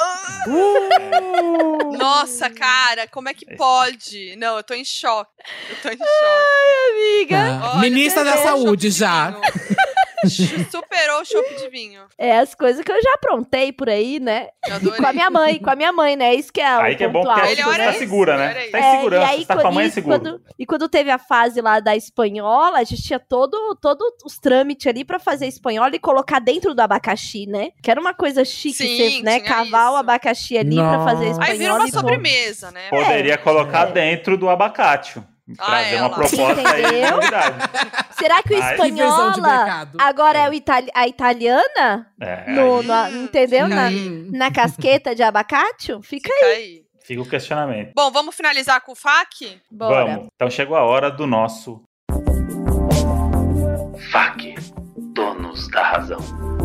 vômito. Nossa, cara, como é que pode? Não, eu tô em choque. Eu tô em choque. Amiga, Tá. Olha, Ministra da superou o Saúde chope de já. vinho. Superou o chope de vinho. é as coisas que eu já aprontei por aí, né? Eu E adorei. com a minha mãe, com a minha mãe, né? Isso que é o Aí que é bom ponto porque alto, você Melhor é tá né? isso, segura, melhor é né? Você tá É, em segurança, e aí, você tá com a mãe isso, segura. Quando, e quando teve a fase lá da espanhola, a gente tinha todo, todo os trâmites ali pra fazer a espanhola e colocar dentro do abacaxi, né? Que era uma coisa chique, Sim, você, né? tinha Cavar o isso. abacaxi ali pra fazer Nossa. a espanhola. Aí vira uma e- sobremesa, né? É. Poderia colocar dentro do abacate. um, Trazer é, uma lá. proposta aí de Entendeu? novidade. Será que o Ai, Que visão de espanhola mercado. agora é o itali- a italiana? É, No, aí no- Hum, entendeu? Na, Hum. na casqueta de abacate? Fica aí, Fica aí. fica o questionamento. Bom, vamos finalizar com o FAC? bora. Vamos. Então chegou a hora do nosso. FAC, donos da razão.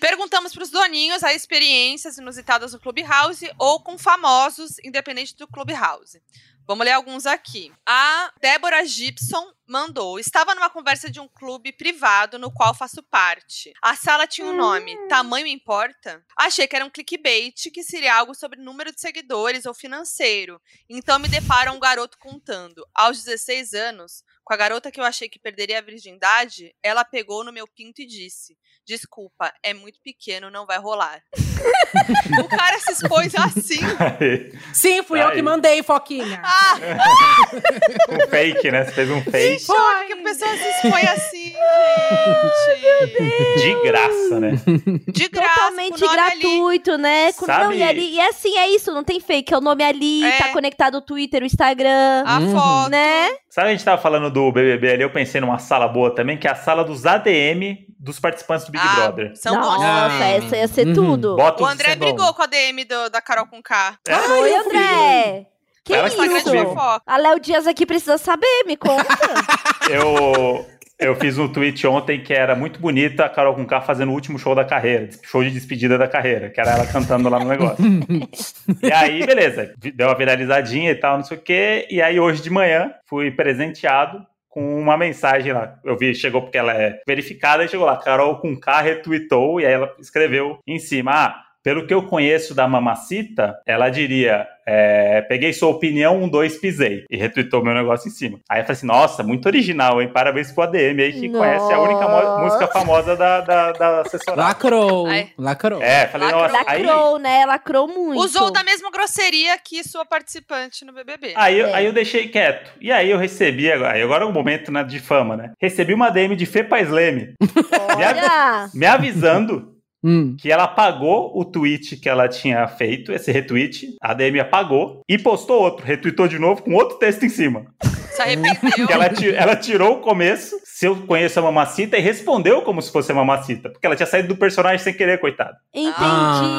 Perguntamos pros doninhos aí experiências inusitadas no Clubhouse ou com famosos, independente do Clubhouse. Vamos ler alguns aqui. A Débora Gibson mandou. Estava numa conversa de um clube privado no qual faço parte. A sala tinha um nome, Tamanho Importa? Achei que era um clickbait, que seria algo sobre número de seguidores ou financeiro. Então me deparo a um garoto contando. Aos 16 anos, com a garota que eu achei que perderia a virgindade, ela pegou no meu pinto e disse: Desculpa, é muito pequeno, não vai rolar. o cara se expôs assim. Sim, fui eu Tá Aí. que mandei, Foquinha. Ah, um fake, né? Você fez um fake choque que a pessoa se expõe assim, gente. de graça, né? De graça, Totalmente com o nome ali. gratuito, né? Com Sabe- não, e, ali, e assim, é isso, não tem fake, é o nome ali, É. Ah, tá conectado o Twitter, o Instagram, A Uhum. foto. né? Sabe, a gente tava falando do BBB ali, eu pensei numa sala boa também, que é a sala dos ADM dos participantes do Big Ah, Brother. Ah, São Nossa, bons também. essa ia ser Uhum. tudo. Bota O os André sem nome. brigou com a DM do- da Carol com K. É. Oi, André! Que Ela que tá Instagram de comigo. isso? fofoca. A Léo Dias aqui precisa saber, me conta. Eu, eu fiz um tweet ontem que era muito bonita a Carol Conká fazendo o último show da carreira, show de despedida da carreira, que era ela cantando lá no negócio. e aí, beleza, vi- deu uma viralizadinha e tal, não sei o quê. E aí, hoje de manhã, fui presenteado com uma mensagem lá. Eu vi, chegou porque ela é verificada, e chegou lá, Carol Conká retweetou, e aí ela escreveu em cima, ah, pelo que eu conheço da Mamacita, ela diria: é, peguei sua opinião, um, dois, pisei. E retweetou meu negócio em cima. Aí eu falei assim: nossa, muito original, hein? Parabéns pro ADM aí que conhece a única mo- Nossa. música famosa da, da, da assessorada. Lacrou. Ai. Lacrou. É, falei, Lacrou. nossa, aí. Lacrou, né? Lacrou muito. Usou da mesma grosseria que sua participante no BBB. Aí, eu- É. aí eu deixei quieto. E aí eu recebi, agora- aí agora é o momento né, de fama, né? Recebi uma DM de Fê Paz Leme Olha! me avisando Hum. que ela apagou o tweet que ela tinha feito, esse retweet, a DM apagou e postou outro, retweetou de novo com outro texto em cima. Se arrependeu. Que ela, ti- ela tirou o começo, se eu conheço a mamacita, e respondeu como se fosse a mamacita, porque ela tinha saído do personagem sem querer, coitada. Entendi.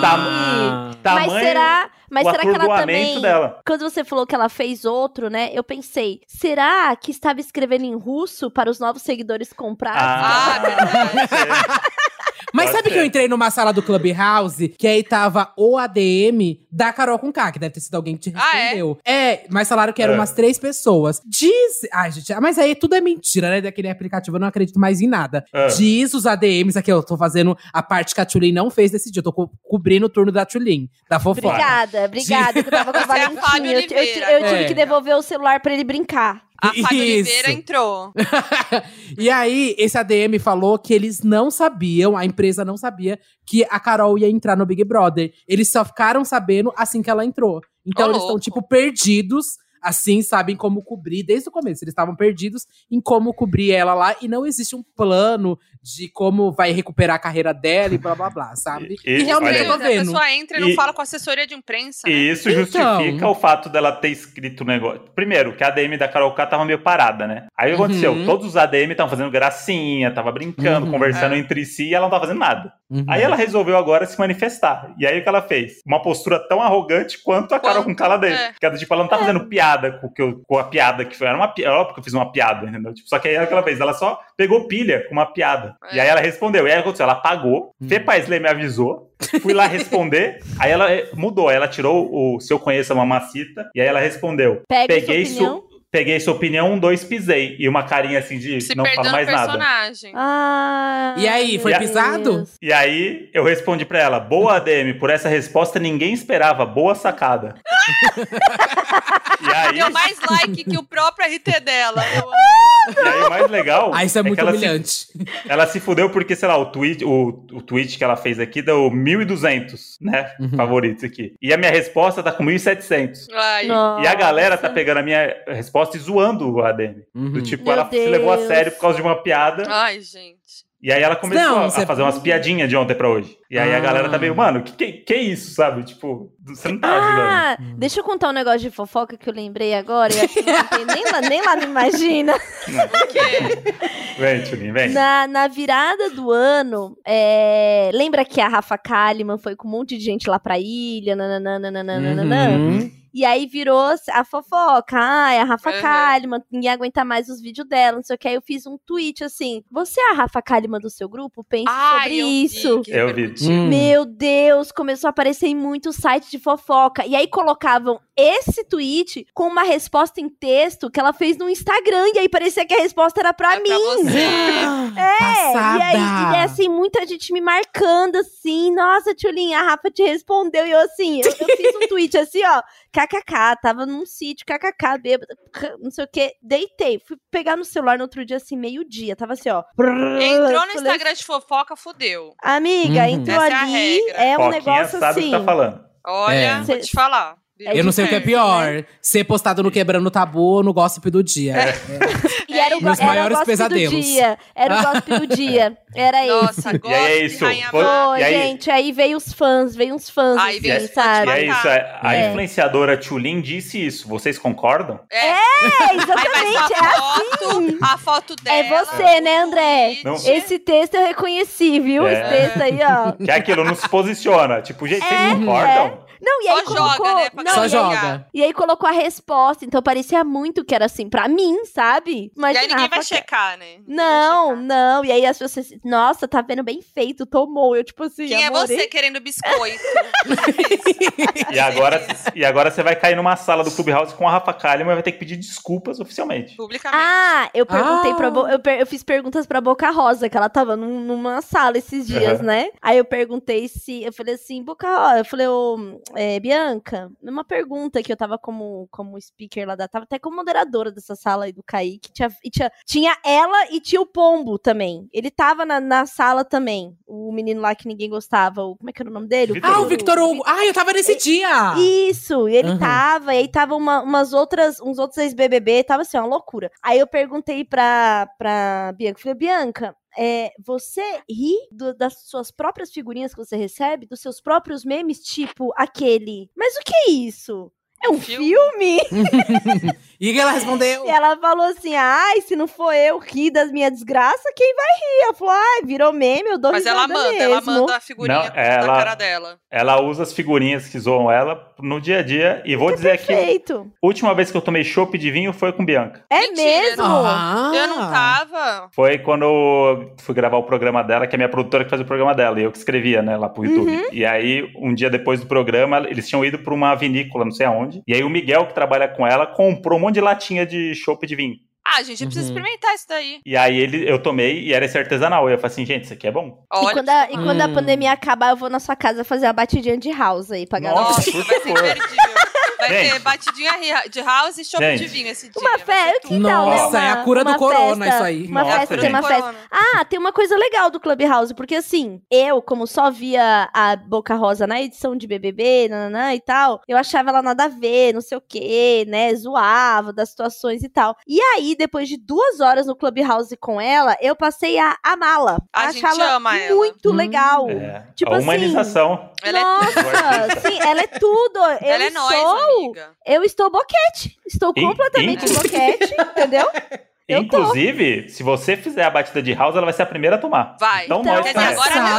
Ah. Tamanho mas será, mas o será que ela atordoamento também... dela. Quando você falou que ela fez outro, né? Eu pensei, será que estava escrevendo em russo para os novos seguidores comprar? Ah, verdade. Mas Pode sabe ser. que eu entrei numa sala do Clubhouse que aí tava o ADM da Carol com K, que deve ter sido alguém que te Ah, é? respondeu. é? mas falaram que eram É. umas três pessoas. Diz. Ai, gente, mas aí tudo é mentira, né? Daquele aplicativo, eu não acredito mais em nada. É. Diz os ADMs aqui, eu tô fazendo a parte que a Tulin não fez nesse dia. Eu tô co- cobrindo o turno da Tulin, da fofoca. Obrigada, obrigada, que eu tava com o Você é a Valentim. Fábio eu, ti- eu ti- Oliveira. eu tive É. que devolver o celular pra ele brincar. A Fábio Oliveira Isso. entrou. E aí, esse ADM falou que eles não sabiam, a empresa não sabia, que a Carol ia entrar no Big Brother. Eles só ficaram sabendo assim que ela entrou. Então, Ô, eles louco. estão, tipo, perdidos. assim sabem como cobrir desde o começo. Eles estavam perdidos em como cobrir ela lá e não existe um plano de como vai recuperar a carreira dela e blá blá blá, sabe? E- e- realmente é olha- eu tô A vendo. pessoa entra e não E- fala com a assessoria de imprensa. né? E isso Então. justifica o fato dela ter escrito o negócio. Primeiro, que a ADM da Carol K tava meio parada, né? Aí o que Uhum. aconteceu? Todos os ADM estavam fazendo gracinha, tava brincando, Uhum. conversando entre si e ela não tava fazendo nada. Aí ela resolveu agora se manifestar. E aí o que ela fez? Uma postura tão arrogante quanto a Carol com cala dele. é. Que ela, tipo, ela não tá fazendo piada com, o que eu- com a piada que foi. Era uma piada. Óbvio que eu fiz uma piada, entendeu? Tipo, só que aí o que ela fez? Ela só pegou pilha com uma piada. É. E aí ela respondeu. E aí o que aconteceu? Ela pagou. Fê Paisley me avisou. Fui lá responder. aí ela eh, mudou. Aí ela tirou o Se Eu Conheço a Mamacita. E aí ela respondeu. Pega Peguei sua opinião. Peguei sua opinião, um, dois, pisei. E uma carinha assim de Se não falo perdendo o mais nada. personagem. Ah, Uhum. E aí, foi meu pisado? Deus. E aí eu respondi pra ela, boa ADM, por essa resposta ninguém esperava, boa sacada. e, aí, Deu mais like que o próprio RT dela. Eu- e aí o mais legal Ah, isso é, muito que ela se, humilhante. ela se fudeu porque, sei lá, o tweet, o, o tweet que ela fez aqui deu 1.200, né, Uhum. favoritos aqui. E a minha resposta tá com 1.700. Ai, E a galera tá Nossa. pegando a minha resposta e zoando o ADM. Do Uhum. tipo, Meu ela se levou a Deus. sério por causa de uma piada. ai, gente. E aí ela começou Não, a você- fazer umas piadinhas de ontem pra hoje. E aí Ah. a galera tá meio, mano, que, que que isso, sabe? Tipo, você não tá ajudando. Ah, deixa eu contar um negócio de fofoca que eu lembrei agora. E acho que não tem nem, lá, nem lá não imagina. Porque Vem, Tchunin, vem. Na, na virada do ano, é, lembra que a Rafa Kalimann foi com um monte de gente lá pra ilha, nananana, Uhum. E aí virou a fofoca. Ai, a Rafa Uhum. Kalimann, ninguém aguenta mais os vídeos dela, não sei o que. Aí eu fiz um tweet assim: Você é a Rafa Kalimann do seu grupo? Pense ai, eu sobre vi isso. que Eu vi. Hum. repercutiu. Uhum. Meu Deus, começou a aparecer em muitos sites de fofoca. E aí colocavam esse tweet com uma resposta em texto que ela fez no Instagram. E aí parecia que a resposta era pra É mim. pra você. É, É, e aí, e é assim, muita gente me marcando assim. Nossa, Tchulin, a Rafa te respondeu. E eu assim, eu, eu fiz um tweet assim, ó. KKK, tava num sítio, KKK, bêbada, não sei o quê. Deitei, fui pegar no celular no outro dia, assim, meio-dia. Tava assim, ó. Entrou no Falei, Instagram de fofoca, fudeu. Amiga, Uhum. entrou Essa é a ali. regra. É, um Foquinha negócio sabe assim. o que tá falando. Olha, É. vou te falar. É Eu não sei o que é difícil, pior, né? ser postado no Quebrando o Tabu ou no Gossip do Dia. E era o, É, go- Meus era o maiores gossip pesadelos. do dia. Era o gossip do dia. Era isso. Nossa, E aí é gosto de isso. rainha Má. Foi- Pô, E aí? gente, aí veio os fãs, veio uns fãs, Aí assim, veio os fãs E sabe? de é isso, a, a É. influenciadora Tchulin disse isso. Vocês concordam? É, É, aí vai exatamente, é sua foto, a foto dela. É você, né, André? o Não. tweet. Esse texto eu reconheci, viu? É. Esse texto aí, ó. Que é aquilo, não se posiciona. Tipo, gente, vocês É, concordam? Não, e Só aí colocou. joga, né? pra não, Só e aí- galera joga. olhar. E aí colocou a resposta, então parecia muito que era assim, pra mim, sabe? E Imagina, aí ninguém Rafa, vai checar, né? Ninguém vai Não, checar. não. E aí as pessoas, assim, nossa, tá vendo bem feito, tomou. Eu, tipo assim, Quem é amor, você querendo biscoito? E agora, e agora você vai cair numa sala do Clubhouse com a Rafa Kalimann e vai ter que pedir desculpas oficialmente. Publicamente. Ah, eu perguntei Ah. pra Bo- eu, per- eu fiz perguntas pra Boca Rosa, que ela tava num- numa sala esses dias, Aham. né? Aí eu perguntei se. Eu falei assim, Boca Rosa. Eu falei, ô, é, Bianca, uma pergunta que eu tava como, como speaker lá da. Tava até como moderadora dessa sala aí do Kaique. Tinha, e tinha, tinha ela e tinha o Pombo também. Ele tava na, na sala também. O menino lá que ninguém gostava. O, como é que era o nome dele? Vitor Ah, o Victor Hugo. Ah, eu tava nesse Ah. dia. Isso, e ele Uhum. tava, e aí tava uma- umas outras, uns outros ex-BBB, tava assim, uma loucura. Aí eu perguntei pra, pra Bianca, falei, Bianca, é, você ri do- das suas próprias figurinhas que você recebe, dos seus próprios memes, tipo aquele, mas o que é isso? É um Filme." filme? E ela respondeu. E ela falou assim, ai, se não for eu rir das minha desgraça, quem vai rir? Ela falou, ai, virou meme, eu dou Mas ela risada manda, mesmo. ela manda a figurinha Não, é, da ela- cara dela. Ela usa as figurinhas que zoam ela no dia a dia. E vou dizer aqui, Perfeito. última vez que eu tomei chopp de vinho foi com Bianca. É Mentira, né? mesmo? Ah. Eu não tava. Foi quando eu fui gravar o programa dela, que é a minha produtora que faz o programa dela, e eu que escrevia, né, lá pro YouTube. Uhum. E aí, um dia depois do programa, eles tinham ido pra uma vinícola, não sei aonde. E aí o Miguel, que trabalha com ela, comprou um monte de latinha de chopp de vinho. Ah, gente, eu preciso Uhum. experimentar isso daí. E aí ele, eu tomei e era esse artesanal. E eu falei assim, gente, isso aqui é bom. Olha, e quando, a, e quando a Hum. pandemia acabar, eu vou na sua casa fazer uma batidinha de house aí pra galera. Nossa, nossa, por vai ser favor. imperdível. Vai Gente. ter batidinha ri- de house e chope de Gente. vinho esse dia. Uma vai ser festa. tudo. Que tal, né? Nossa, Uma- é a cura do uma corona festa- isso aí. Uma Nossa, festa, é gente. tem uma festa. Corona. Ah, tem uma coisa legal do Clubhouse, porque assim, eu, como só via a Boca Rosa na edição de BBB, nananã e tal, eu achava ela nada a ver, não sei o quê, né, zoava das situações e tal. E aí, depois de duas horas no Clubhouse com ela, eu passei a amá-la. A achá gente ama ela. muito Hum. legal. É, Tipo a assim, humanização. Ela é Nossa, sim, ela é tudo. Eu Ela é sou, nós, amiga. eu estou boquete. Estou In- completamente in- boquete, entendeu? eu tô. Inclusive, se você fizer a batida de house, ela vai ser a primeira a tomar. Vai. Então, uh. Então, mostra Quer dizer, essa. agora não.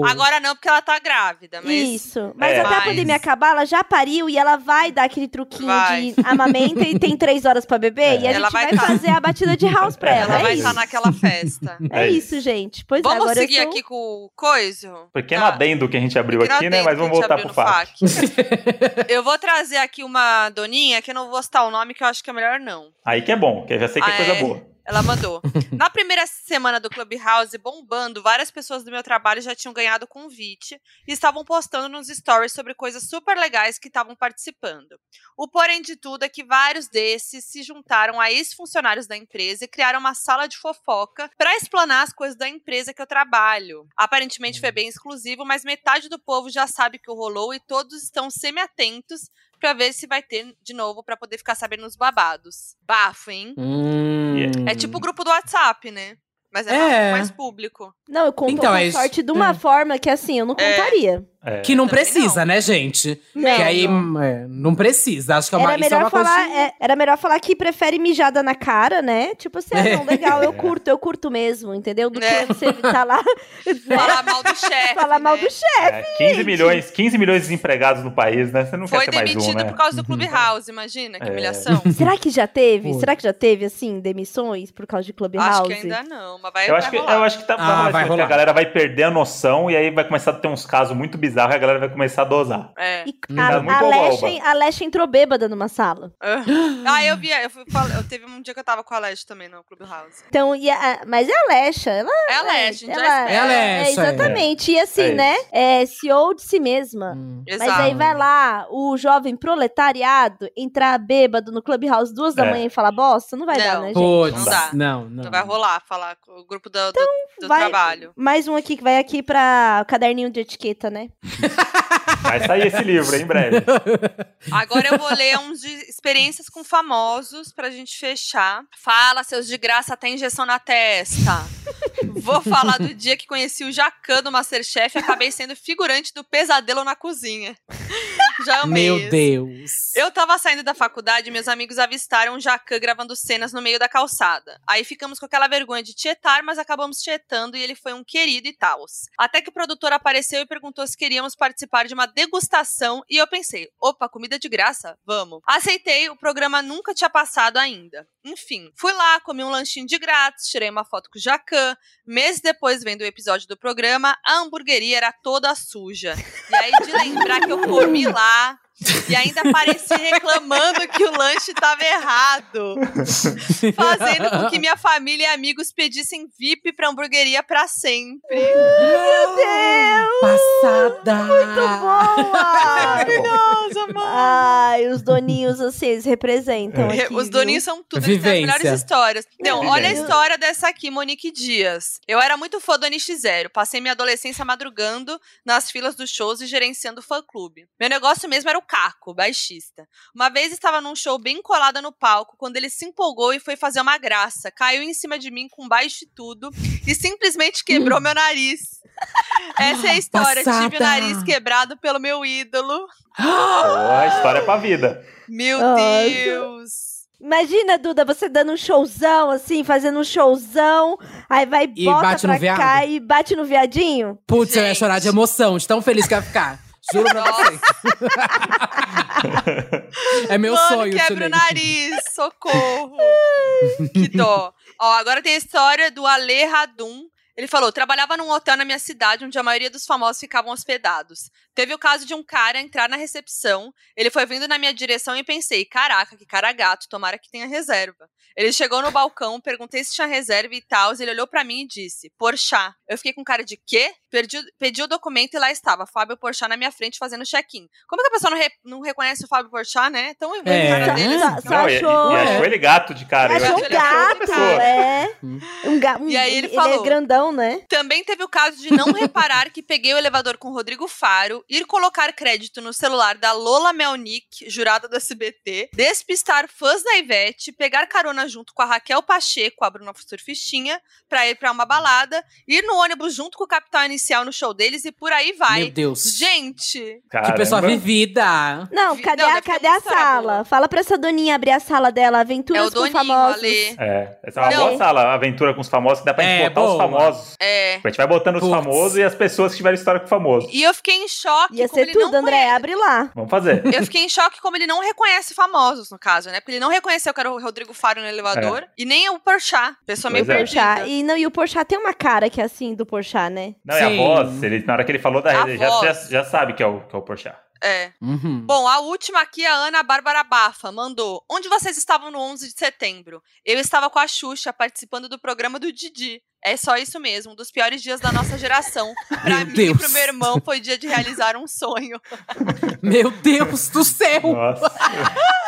Passado. Agora não, porque ela tá grávida, mas. Isso. Mas É. até a Mas- pandemia acabar, ela já pariu e ela vai dar aquele truquinho Vai. de amamenta e tem três horas pra beber. É. E a Ela gente vai vai, tá. fazer a batida de house pra ela. Ela vai é tá isso. estar naquela festa. É, É isso, gente. Pois é, Vamos agora seguir eu tô... aqui com o coiso? Pequeno Tá. adendo é que a gente abriu Pequeno aqui, né? adendo Mas que vamos a gente voltar abriu pro no fato. FAQ. eu vou trazer aqui uma doninha que eu não vou citar o nome, que eu acho que é melhor não. Aí que é bom, que eu já sei que Ah, é coisa é. boa. Ela mandou. Na primeira semana do Clubhouse, bombando, várias pessoas do meu trabalho já tinham ganhado convite e estavam postando nos stories sobre coisas super legais que estavam participando. O porém de tudo é que vários desses se juntaram a ex-funcionários da empresa e criaram uma sala de fofoca para explanar as coisas da empresa que eu trabalho. Aparentemente foi bem exclusivo, mas metade do povo já sabe o que rolou e todos estão semi-atentos para ver se vai ter de novo para poder ficar sabendo os babados. Bafo, hein? Hum. É tipo o grupo do WhatsApp, né? Mas é, É. mais público. Não, eu conto Então, com é isso. sorte de uma É. forma que, assim, eu não É. contaria. É. Que não Também precisa, não. né, gente? Não, que aí não. hum, é, não precisa. Acho que é uma, Era isso é melhor, uma coisa. falar, é, era melhor falar que prefere mijada na cara, né? Tipo assim, ah, não, legal, eu É. curto, eu curto mesmo, entendeu? Do É. que você tá lá, né? Falar mal do chefe. Falar mal né? do chefe. É, 15 milhões, 15 milhões de desempregados no país, né? Você não Foi quer ser mais demitido um, né? por causa do Clubhouse, imagina, que É. humilhação. Será que já teve? Foi. Será que já teve, assim, demissões por causa de Clubhouse? Acho que ainda não, mas vai, Eu vai acho, que, rolar. eu acho que tá Ah, tá vai porque a rolar. galera vai perder a noção e aí vai começar a ter uns casos muito bizarros e a galera vai começar a dosar. É. E Hum. a, Tá muito a, Lesha, oba-oba. a Lesha entrou bêbada numa sala. Ah, eu vi, eu, fui, fal- eu teve um dia que eu tava com a Leste também no Clubhouse. Então, e a- mas é a Lesha. Ela, É a Leste, a gente já É a espera. Lesha, é, Exatamente. E assim, É isso. né? É CEO de si mesma. Hum. Exato. Mas aí vai lá o jovem proletariado entrar bêbado no Clubhouse duas da É. manhã e falar bosta? Não vai dar, Não. né, gente? Putz, Não dá. não, não. Não vai rolar falar com o grupo do, do- do Então vai- trabalho. Mais um aqui que vai aqui pra caderninho de etiqueta, né? Vai sair esse livro em breve. Agora eu vou ler uns de experiências com famosos pra gente fechar. Fala, seus de graça, até injeção na testa. Vou falar do dia que conheci o Jacan do Masterchef e acabei sendo figurante do pesadelo na cozinha. Já amei Meu isso. Deus. Eu tava saindo da faculdade e meus amigos avistaram o Jacan gravando cenas no meio da calçada. Aí ficamos com aquela vergonha de tietar, mas acabamos tietando e ele foi um querido e tal. Até que o produtor apareceu e perguntou se queríamos participar de uma degustação e eu pensei, opa, comida de graça? Vamos. Aceitei, o programa nunca tinha passado ainda. Enfim, fui lá, comi um lanchinho de grátis, tirei uma foto com o Jacan. Meses depois, vendo o episódio do programa, a hamburgueria era toda suja. E aí, de lembrar que eu comi lá, e ainda parecia reclamando que o lanche estava errado. Fazendo com que minha família e amigos pedissem VIP pra hamburgueria pra sempre. Meu Deus! Passada! Ah. Muito boa! Maravilhosa, mano. Ai, os doninhos, vocês representam Re- aqui, Os viu? doninhos são tudo, eles têm as Vivência. melhores histórias. Então, É, olha a vivência. história dessa aqui, Monique Dias. Eu era muito fã do NX0, passei minha adolescência madrugando nas filas dos shows e gerenciando fã-clube. Meu negócio mesmo era o Caco, baixista. Uma vez estava num show bem colada no palco, quando ele se empolgou e foi fazer uma graça. Caiu em cima de mim com baixo e tudo e simplesmente quebrou meu nariz. Essa é a história. Tive o Passada. nariz quebrado pelo meu ídolo. Boa, história é pra vida. Meu Ai, Deus. Imagina, Duda, você dando um showzão, assim, fazendo um showzão, aí vai, E bota bate no pra veado? cá e bate no viadinho. Putz, eu ia Gente. chorar de emoção, de tão feliz que eu ia ficar. Juro pra vocês. é meu Mano, sonho, quebra Tilene. o nariz, socorro. que dó. Ó, agora tem a história do Ale Radum. Ele falou: trabalhava num hotel na minha cidade onde a maioria dos famosos ficavam hospedados. Teve o caso de um cara entrar na recepção. Ele foi vindo na minha direção e pensei: caraca, que cara gato, tomara que tenha reserva. Ele chegou no balcão, perguntei se tinha reserva e tal. Ele olhou pra mim e disse: Porchá. Eu fiquei com cara de quê? Perdi, pedi o documento e lá estava, Fábio Porchat na minha frente fazendo check-in. Como que a pessoa não, re- não reconhece o Fábio Porchat, né? Tão né? em É. cara dele. Só, só Não, e, e achou. É. achou ele gato de cara. Eu Achou acho um que ele achou outra gato, pessoa. é. Hum. Um ga... um- E aí ele é falou. grandão, né? Também teve o caso de não reparar que peguei o elevador com o Rodrigo Faro, ir colocar crédito no celular da Lola Melnick, jurada do SBT, despistar fãs da Ivete, pegar carona junto com a Raquel Pacheco, a Bruna Surfistinha, pra ir pra uma balada, ir no ônibus junto com o Capital Inicial no show deles e por aí vai. Meu Deus. Gente, que pessoa Caramba. vivida. Não, Vi- cadê não, a, deve ter cadê uma a história sala? boa. Fala pra essa doninha abrir a sala dela, é Aventuras o com Doninho, Famosos. Alê. É, essa é uma Não. boa sala, aventura com os famosos, que dá pra gente É, botar os boa. famosos. É. A gente vai botando os Putz. famosos e as pessoas que tiveram história com o famoso. E eu fiquei em choque. Ia como ser Tipo, ele tudo, não André, conhece- abre lá. Vamos fazer. Eu fiquei em choque como ele não reconhece famosos, no caso, né? Porque ele não reconheceu que era o Rodrigo Faro no elevador e nem o Porchat. Pessoa Tá meio É. Pois é. perdida. Porchat. E, não, e o Porchat tem uma cara que é assim, do Porchat, né? Não, é a Sim. voz, ele, na hora que ele falou da A rede, já, já, voz. já sabe que é o, que é o Porchat. É. Uhum. Bom, a última aqui, a Ana Bárbara Bafa, mandou. Onde vocês estavam no 11 de setembro? Eu estava com a Xuxa participando do programa do Didi. É só isso mesmo, um dos piores dias da nossa geração. Pra Meu mim e Deus. pro meu irmão foi dia de realizar um sonho. Meu Deus do céu! Nossa.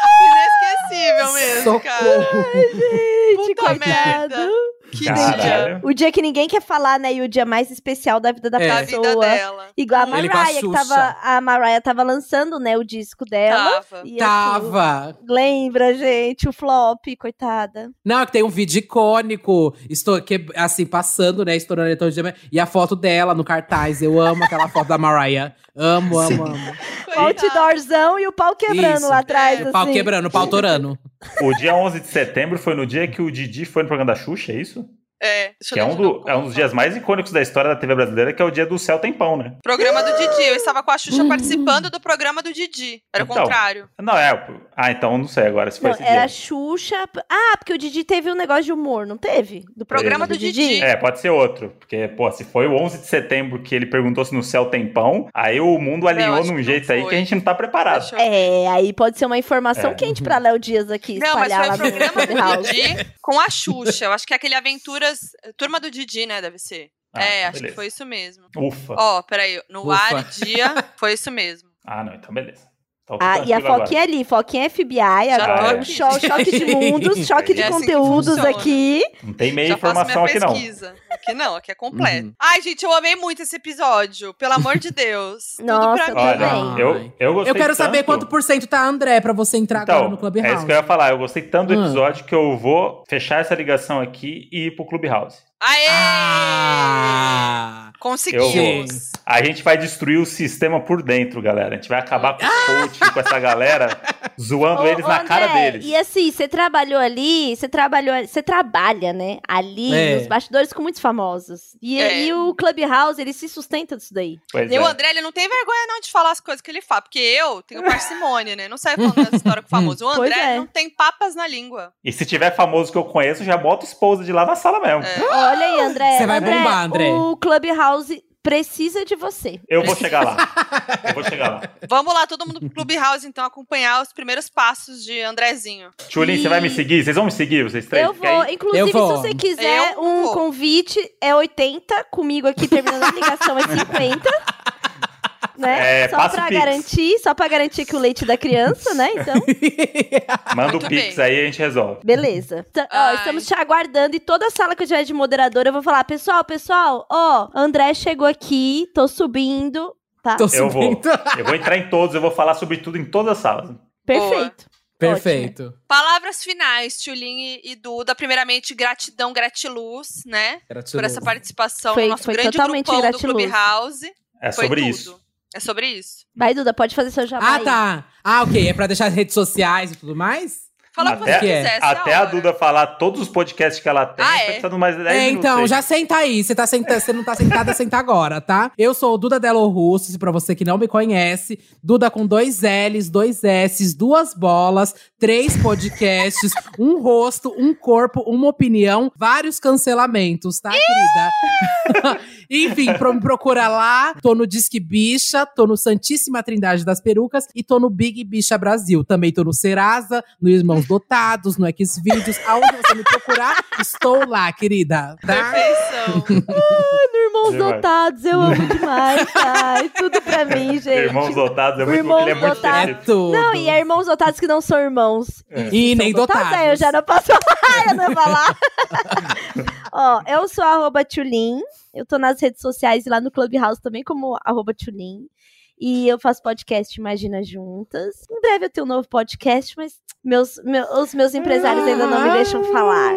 Inesquecível mesmo, cara. Socorro! Gente, Puta merda. Que dia. Caralho. O dia que ninguém quer falar, né? E o dia mais especial da vida da É. Da vida pessoa. dela. Igual a Ele com a Mariah, que Xuxa. tava. A Mariah tava lançando, né, o disco dela. Tava. E assim, Tava. Lembra, gente, o flop, coitada. Não, que tem um vídeo icônico. Estou que, assim, passando, né? Estourando a letra de diamante. E a foto dela no cartaz. Eu amo aquela foto da Mariah. Amo, amo, amo. O outdoorzão e o pau quebrando Isso. lá atrás, É, assim. O Pau quebrando, o pau torando. O dia 11 de setembro foi no dia que o Didi foi no programa da Xuxa, é isso? É, deixa eu Que é ler um, de novo do- é um como fala. dos dias mais icônicos da história da TV brasileira, que é o dia do céu tem pão, né? Programa do Didi. Eu estava com a Xuxa participando do programa do Didi. Era o Então. contrário. Não, é. o- Ah, então não sei agora se foi Não, é, esse era a dia. Xuxa. Ah, porque o Didi teve um negócio de humor, não teve? Do Programa do Didi. É, pode ser outro. Porque, pô, se foi o 11 de setembro que ele perguntou se no céu tem pão, aí o mundo alinhou acho que num não jeito aí foi. que a gente não tá preparado. Deixa eu- É, aí pode ser uma informação É. quente pra Léo Dias aqui, Não, mas espalhar foi o lá no programa do Clubhouse. Didi com a Xuxa. Eu acho que é aquele Aventuras. Turma do Didi, né? Deve ser. Ah, é, então acho que beleza. foi isso mesmo. Ufa. Ó, peraí. No Ufa. ar e dia, foi isso mesmo. Ah, não, então beleza. Então, tô Ah, e a tranquilo agora. Foquinha ali, Foquinha é FBI, agora tô um aqui. cho choque de mundos, choque de É assim que conteúdos funciona. aqui. Não tem meia Já faço minha informação aqui, não. pesquisa. Aqui não, aqui é completo. Uhum. Ai, gente, eu amei muito esse episódio. Pelo amor de Deus. Tudo Nossa, pra mim. Olha, Olha, eu, eu gostei Eu quero saber tanto- quanto por cento tá André pra você entrar Então, agora no é isso que eu Clubhouse. ia falar. Eu gostei tanto do Hum. episódio que eu vou fechar essa ligação aqui e ir pro Clubhouse. Aê! Ah! Conseguimos. A gente vai destruir o sistema por dentro, galera. A gente vai acabar com o coach, com essa galera, zoando Ô, eles ô, na cara André, deles. E assim, você trabalhou ali, você trabalhou, ali- você trabalha, né? Ali, É. nos bastidores com muitos famosos. E, É. e o Clubhouse, ele se sustenta disso daí. Pois E o é. André, ele não tem vergonha não de falar as coisas que ele fala, porque eu tenho parcimônia, né? Não saio falando essa história com o famoso. O Pois André é. não tem papas na língua. E se tiver famoso que eu conheço, já bota o esposa de lá na sala mesmo. Olha aí, André. Você vai bombar, André. O Clubhouse precisa de você. Eu vou chegar lá. Eu vou chegar lá. Vamos lá, todo mundo pro Clubhouse, então, acompanhar os primeiros passos de Andrezinho. Tchulin, você vai me E- seguir? Vocês vão me seguir, vocês três? Eu Porque vou. aí- Inclusive, Eu vou. se você quiser Eu um vou. convite, é 80. Comigo aqui, terminando a ligação, é 50. Né? É, só passa o pra Pix. garantir, só pra garantir que o leite da criança, né? Então, Manda o Muito Pix bem. aí e a gente resolve. beleza. Tá- ó, Ai. estamos te aguardando e toda sala que eu tiver de moderadora, eu vou falar, pessoal, pessoal, ó, André chegou aqui, tô subindo, tá? Tô Eu vou. subindo. Eu vou entrar em todos, eu vou falar sobre tudo em todas as salas. Perfeito. Perfeito. Palavras finais, Tchulin e- e Duda. Primeiramente, gratidão, gratiluz, né? Por essa participação Foi- no nosso foi grande totalmente grupão do gratiluz. Clubhouse. É Foi sobre tudo. isso. É sobre isso. Vai, Duda, pode fazer seu jabá Ah, aí. tá. Ah, ok. É pra deixar as redes sociais e tudo mais? Fala o que você Até- quiser. essa é Até a hora. Duda falar todos os podcasts que ela tem, Ah, é? tá precisando mais de 10 É, minutos então, aí. já senta aí. Você tá senta, você não tá sentada, senta agora, tá? Eu sou o Duda Delo Russo, pra você que não me conhece. Duda com dois L's, dois S's, duas bolas, três podcasts, um rosto, um corpo, uma opinião, vários cancelamentos, tá, querida? Enfim, pra me procurar lá, tô no Disque Bicha, tô no Santíssima Trindade das Perucas e tô no Big Bicha Brasil. Também tô no Serasa, no Irmãos Dotados, no Xvideos. Aonde você me procurar, estou lá, querida. Tá? Perfeição. Irmãos Demais. dotados, eu amo demais. Ai, tudo pra mim, gente. Irmãos dotados, é muito Irmãos bom, ele é muito dotados. É perfeito. tudo. Não, e é irmãos dotados que não são irmãos. E nem São dotados. Aí eu já não posso falar, eu não ia falar. Ó, eu sou arroba Tchulin. Eu tô nas redes sociais e lá no Clubhouse também como arroba Tchulin. E eu faço podcast Imagina Juntas. Em breve eu tenho um novo podcast, mas meus, meu- os meus empresários ainda não me deixam falar.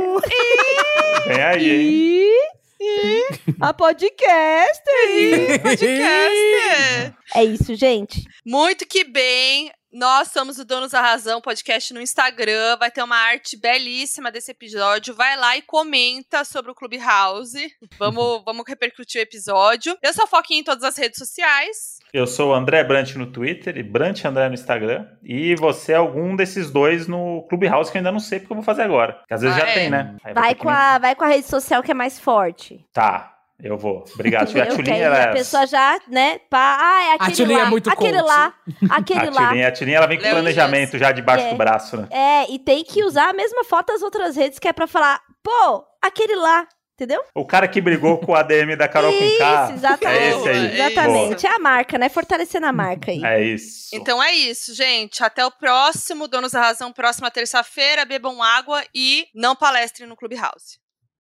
Vem aí, hein? E... e a podcast aí. Podcast. É isso, gente. Muito que bem. Nós somos o Donos da Razão podcast no Instagram. Vai ter uma arte belíssima desse episódio. Vai lá e comenta sobre o Clubhouse. Vamos, vamos repercutir o episódio. Eu sou a Foquinha em todas as redes sociais. Eu sou o André Brant no Twitter e Brant André no Instagram. E você é algum desses dois no Clubhouse que eu ainda não sei porque eu vou fazer agora. Porque às vezes Ah, já é? tem, né? Aí vou Vai ter com, que me- a, vai com a rede social que é mais forte. Tá, eu vou. Obrigado. Entendeu? A Que aí Tulinha, ela... Tipo, a pessoa já, né? Pá, ah, é aquele Tulinha lá. é muito aquele coach. lá, aquele a lá. Tulinha, a Tulinha, ela vem com Léo planejamento já debaixo É. do braço, né? É, e tem que usar a mesma foto das outras redes que é pra falar, pô, aquele lá. Entendeu? O cara que brigou com o ADM da Carol Isso, Conká. É exatamente. esse aí. Exatamente. É a marca, né? Fortalecendo a marca aí. É isso. Então é isso, gente. Até o próximo Donos da Razão, próxima terça-feira. Bebam água e não palestrem no Clubhouse.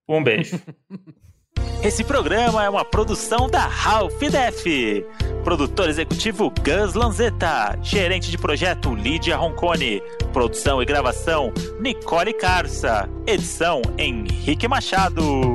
Um beijo. Esse programa é uma produção da Ralph Def. Produtor executivo Gus Lanzetta. Gerente de projeto Lídia Roncone. Produção e gravação Nicole Carça. Edição Henrique Machado.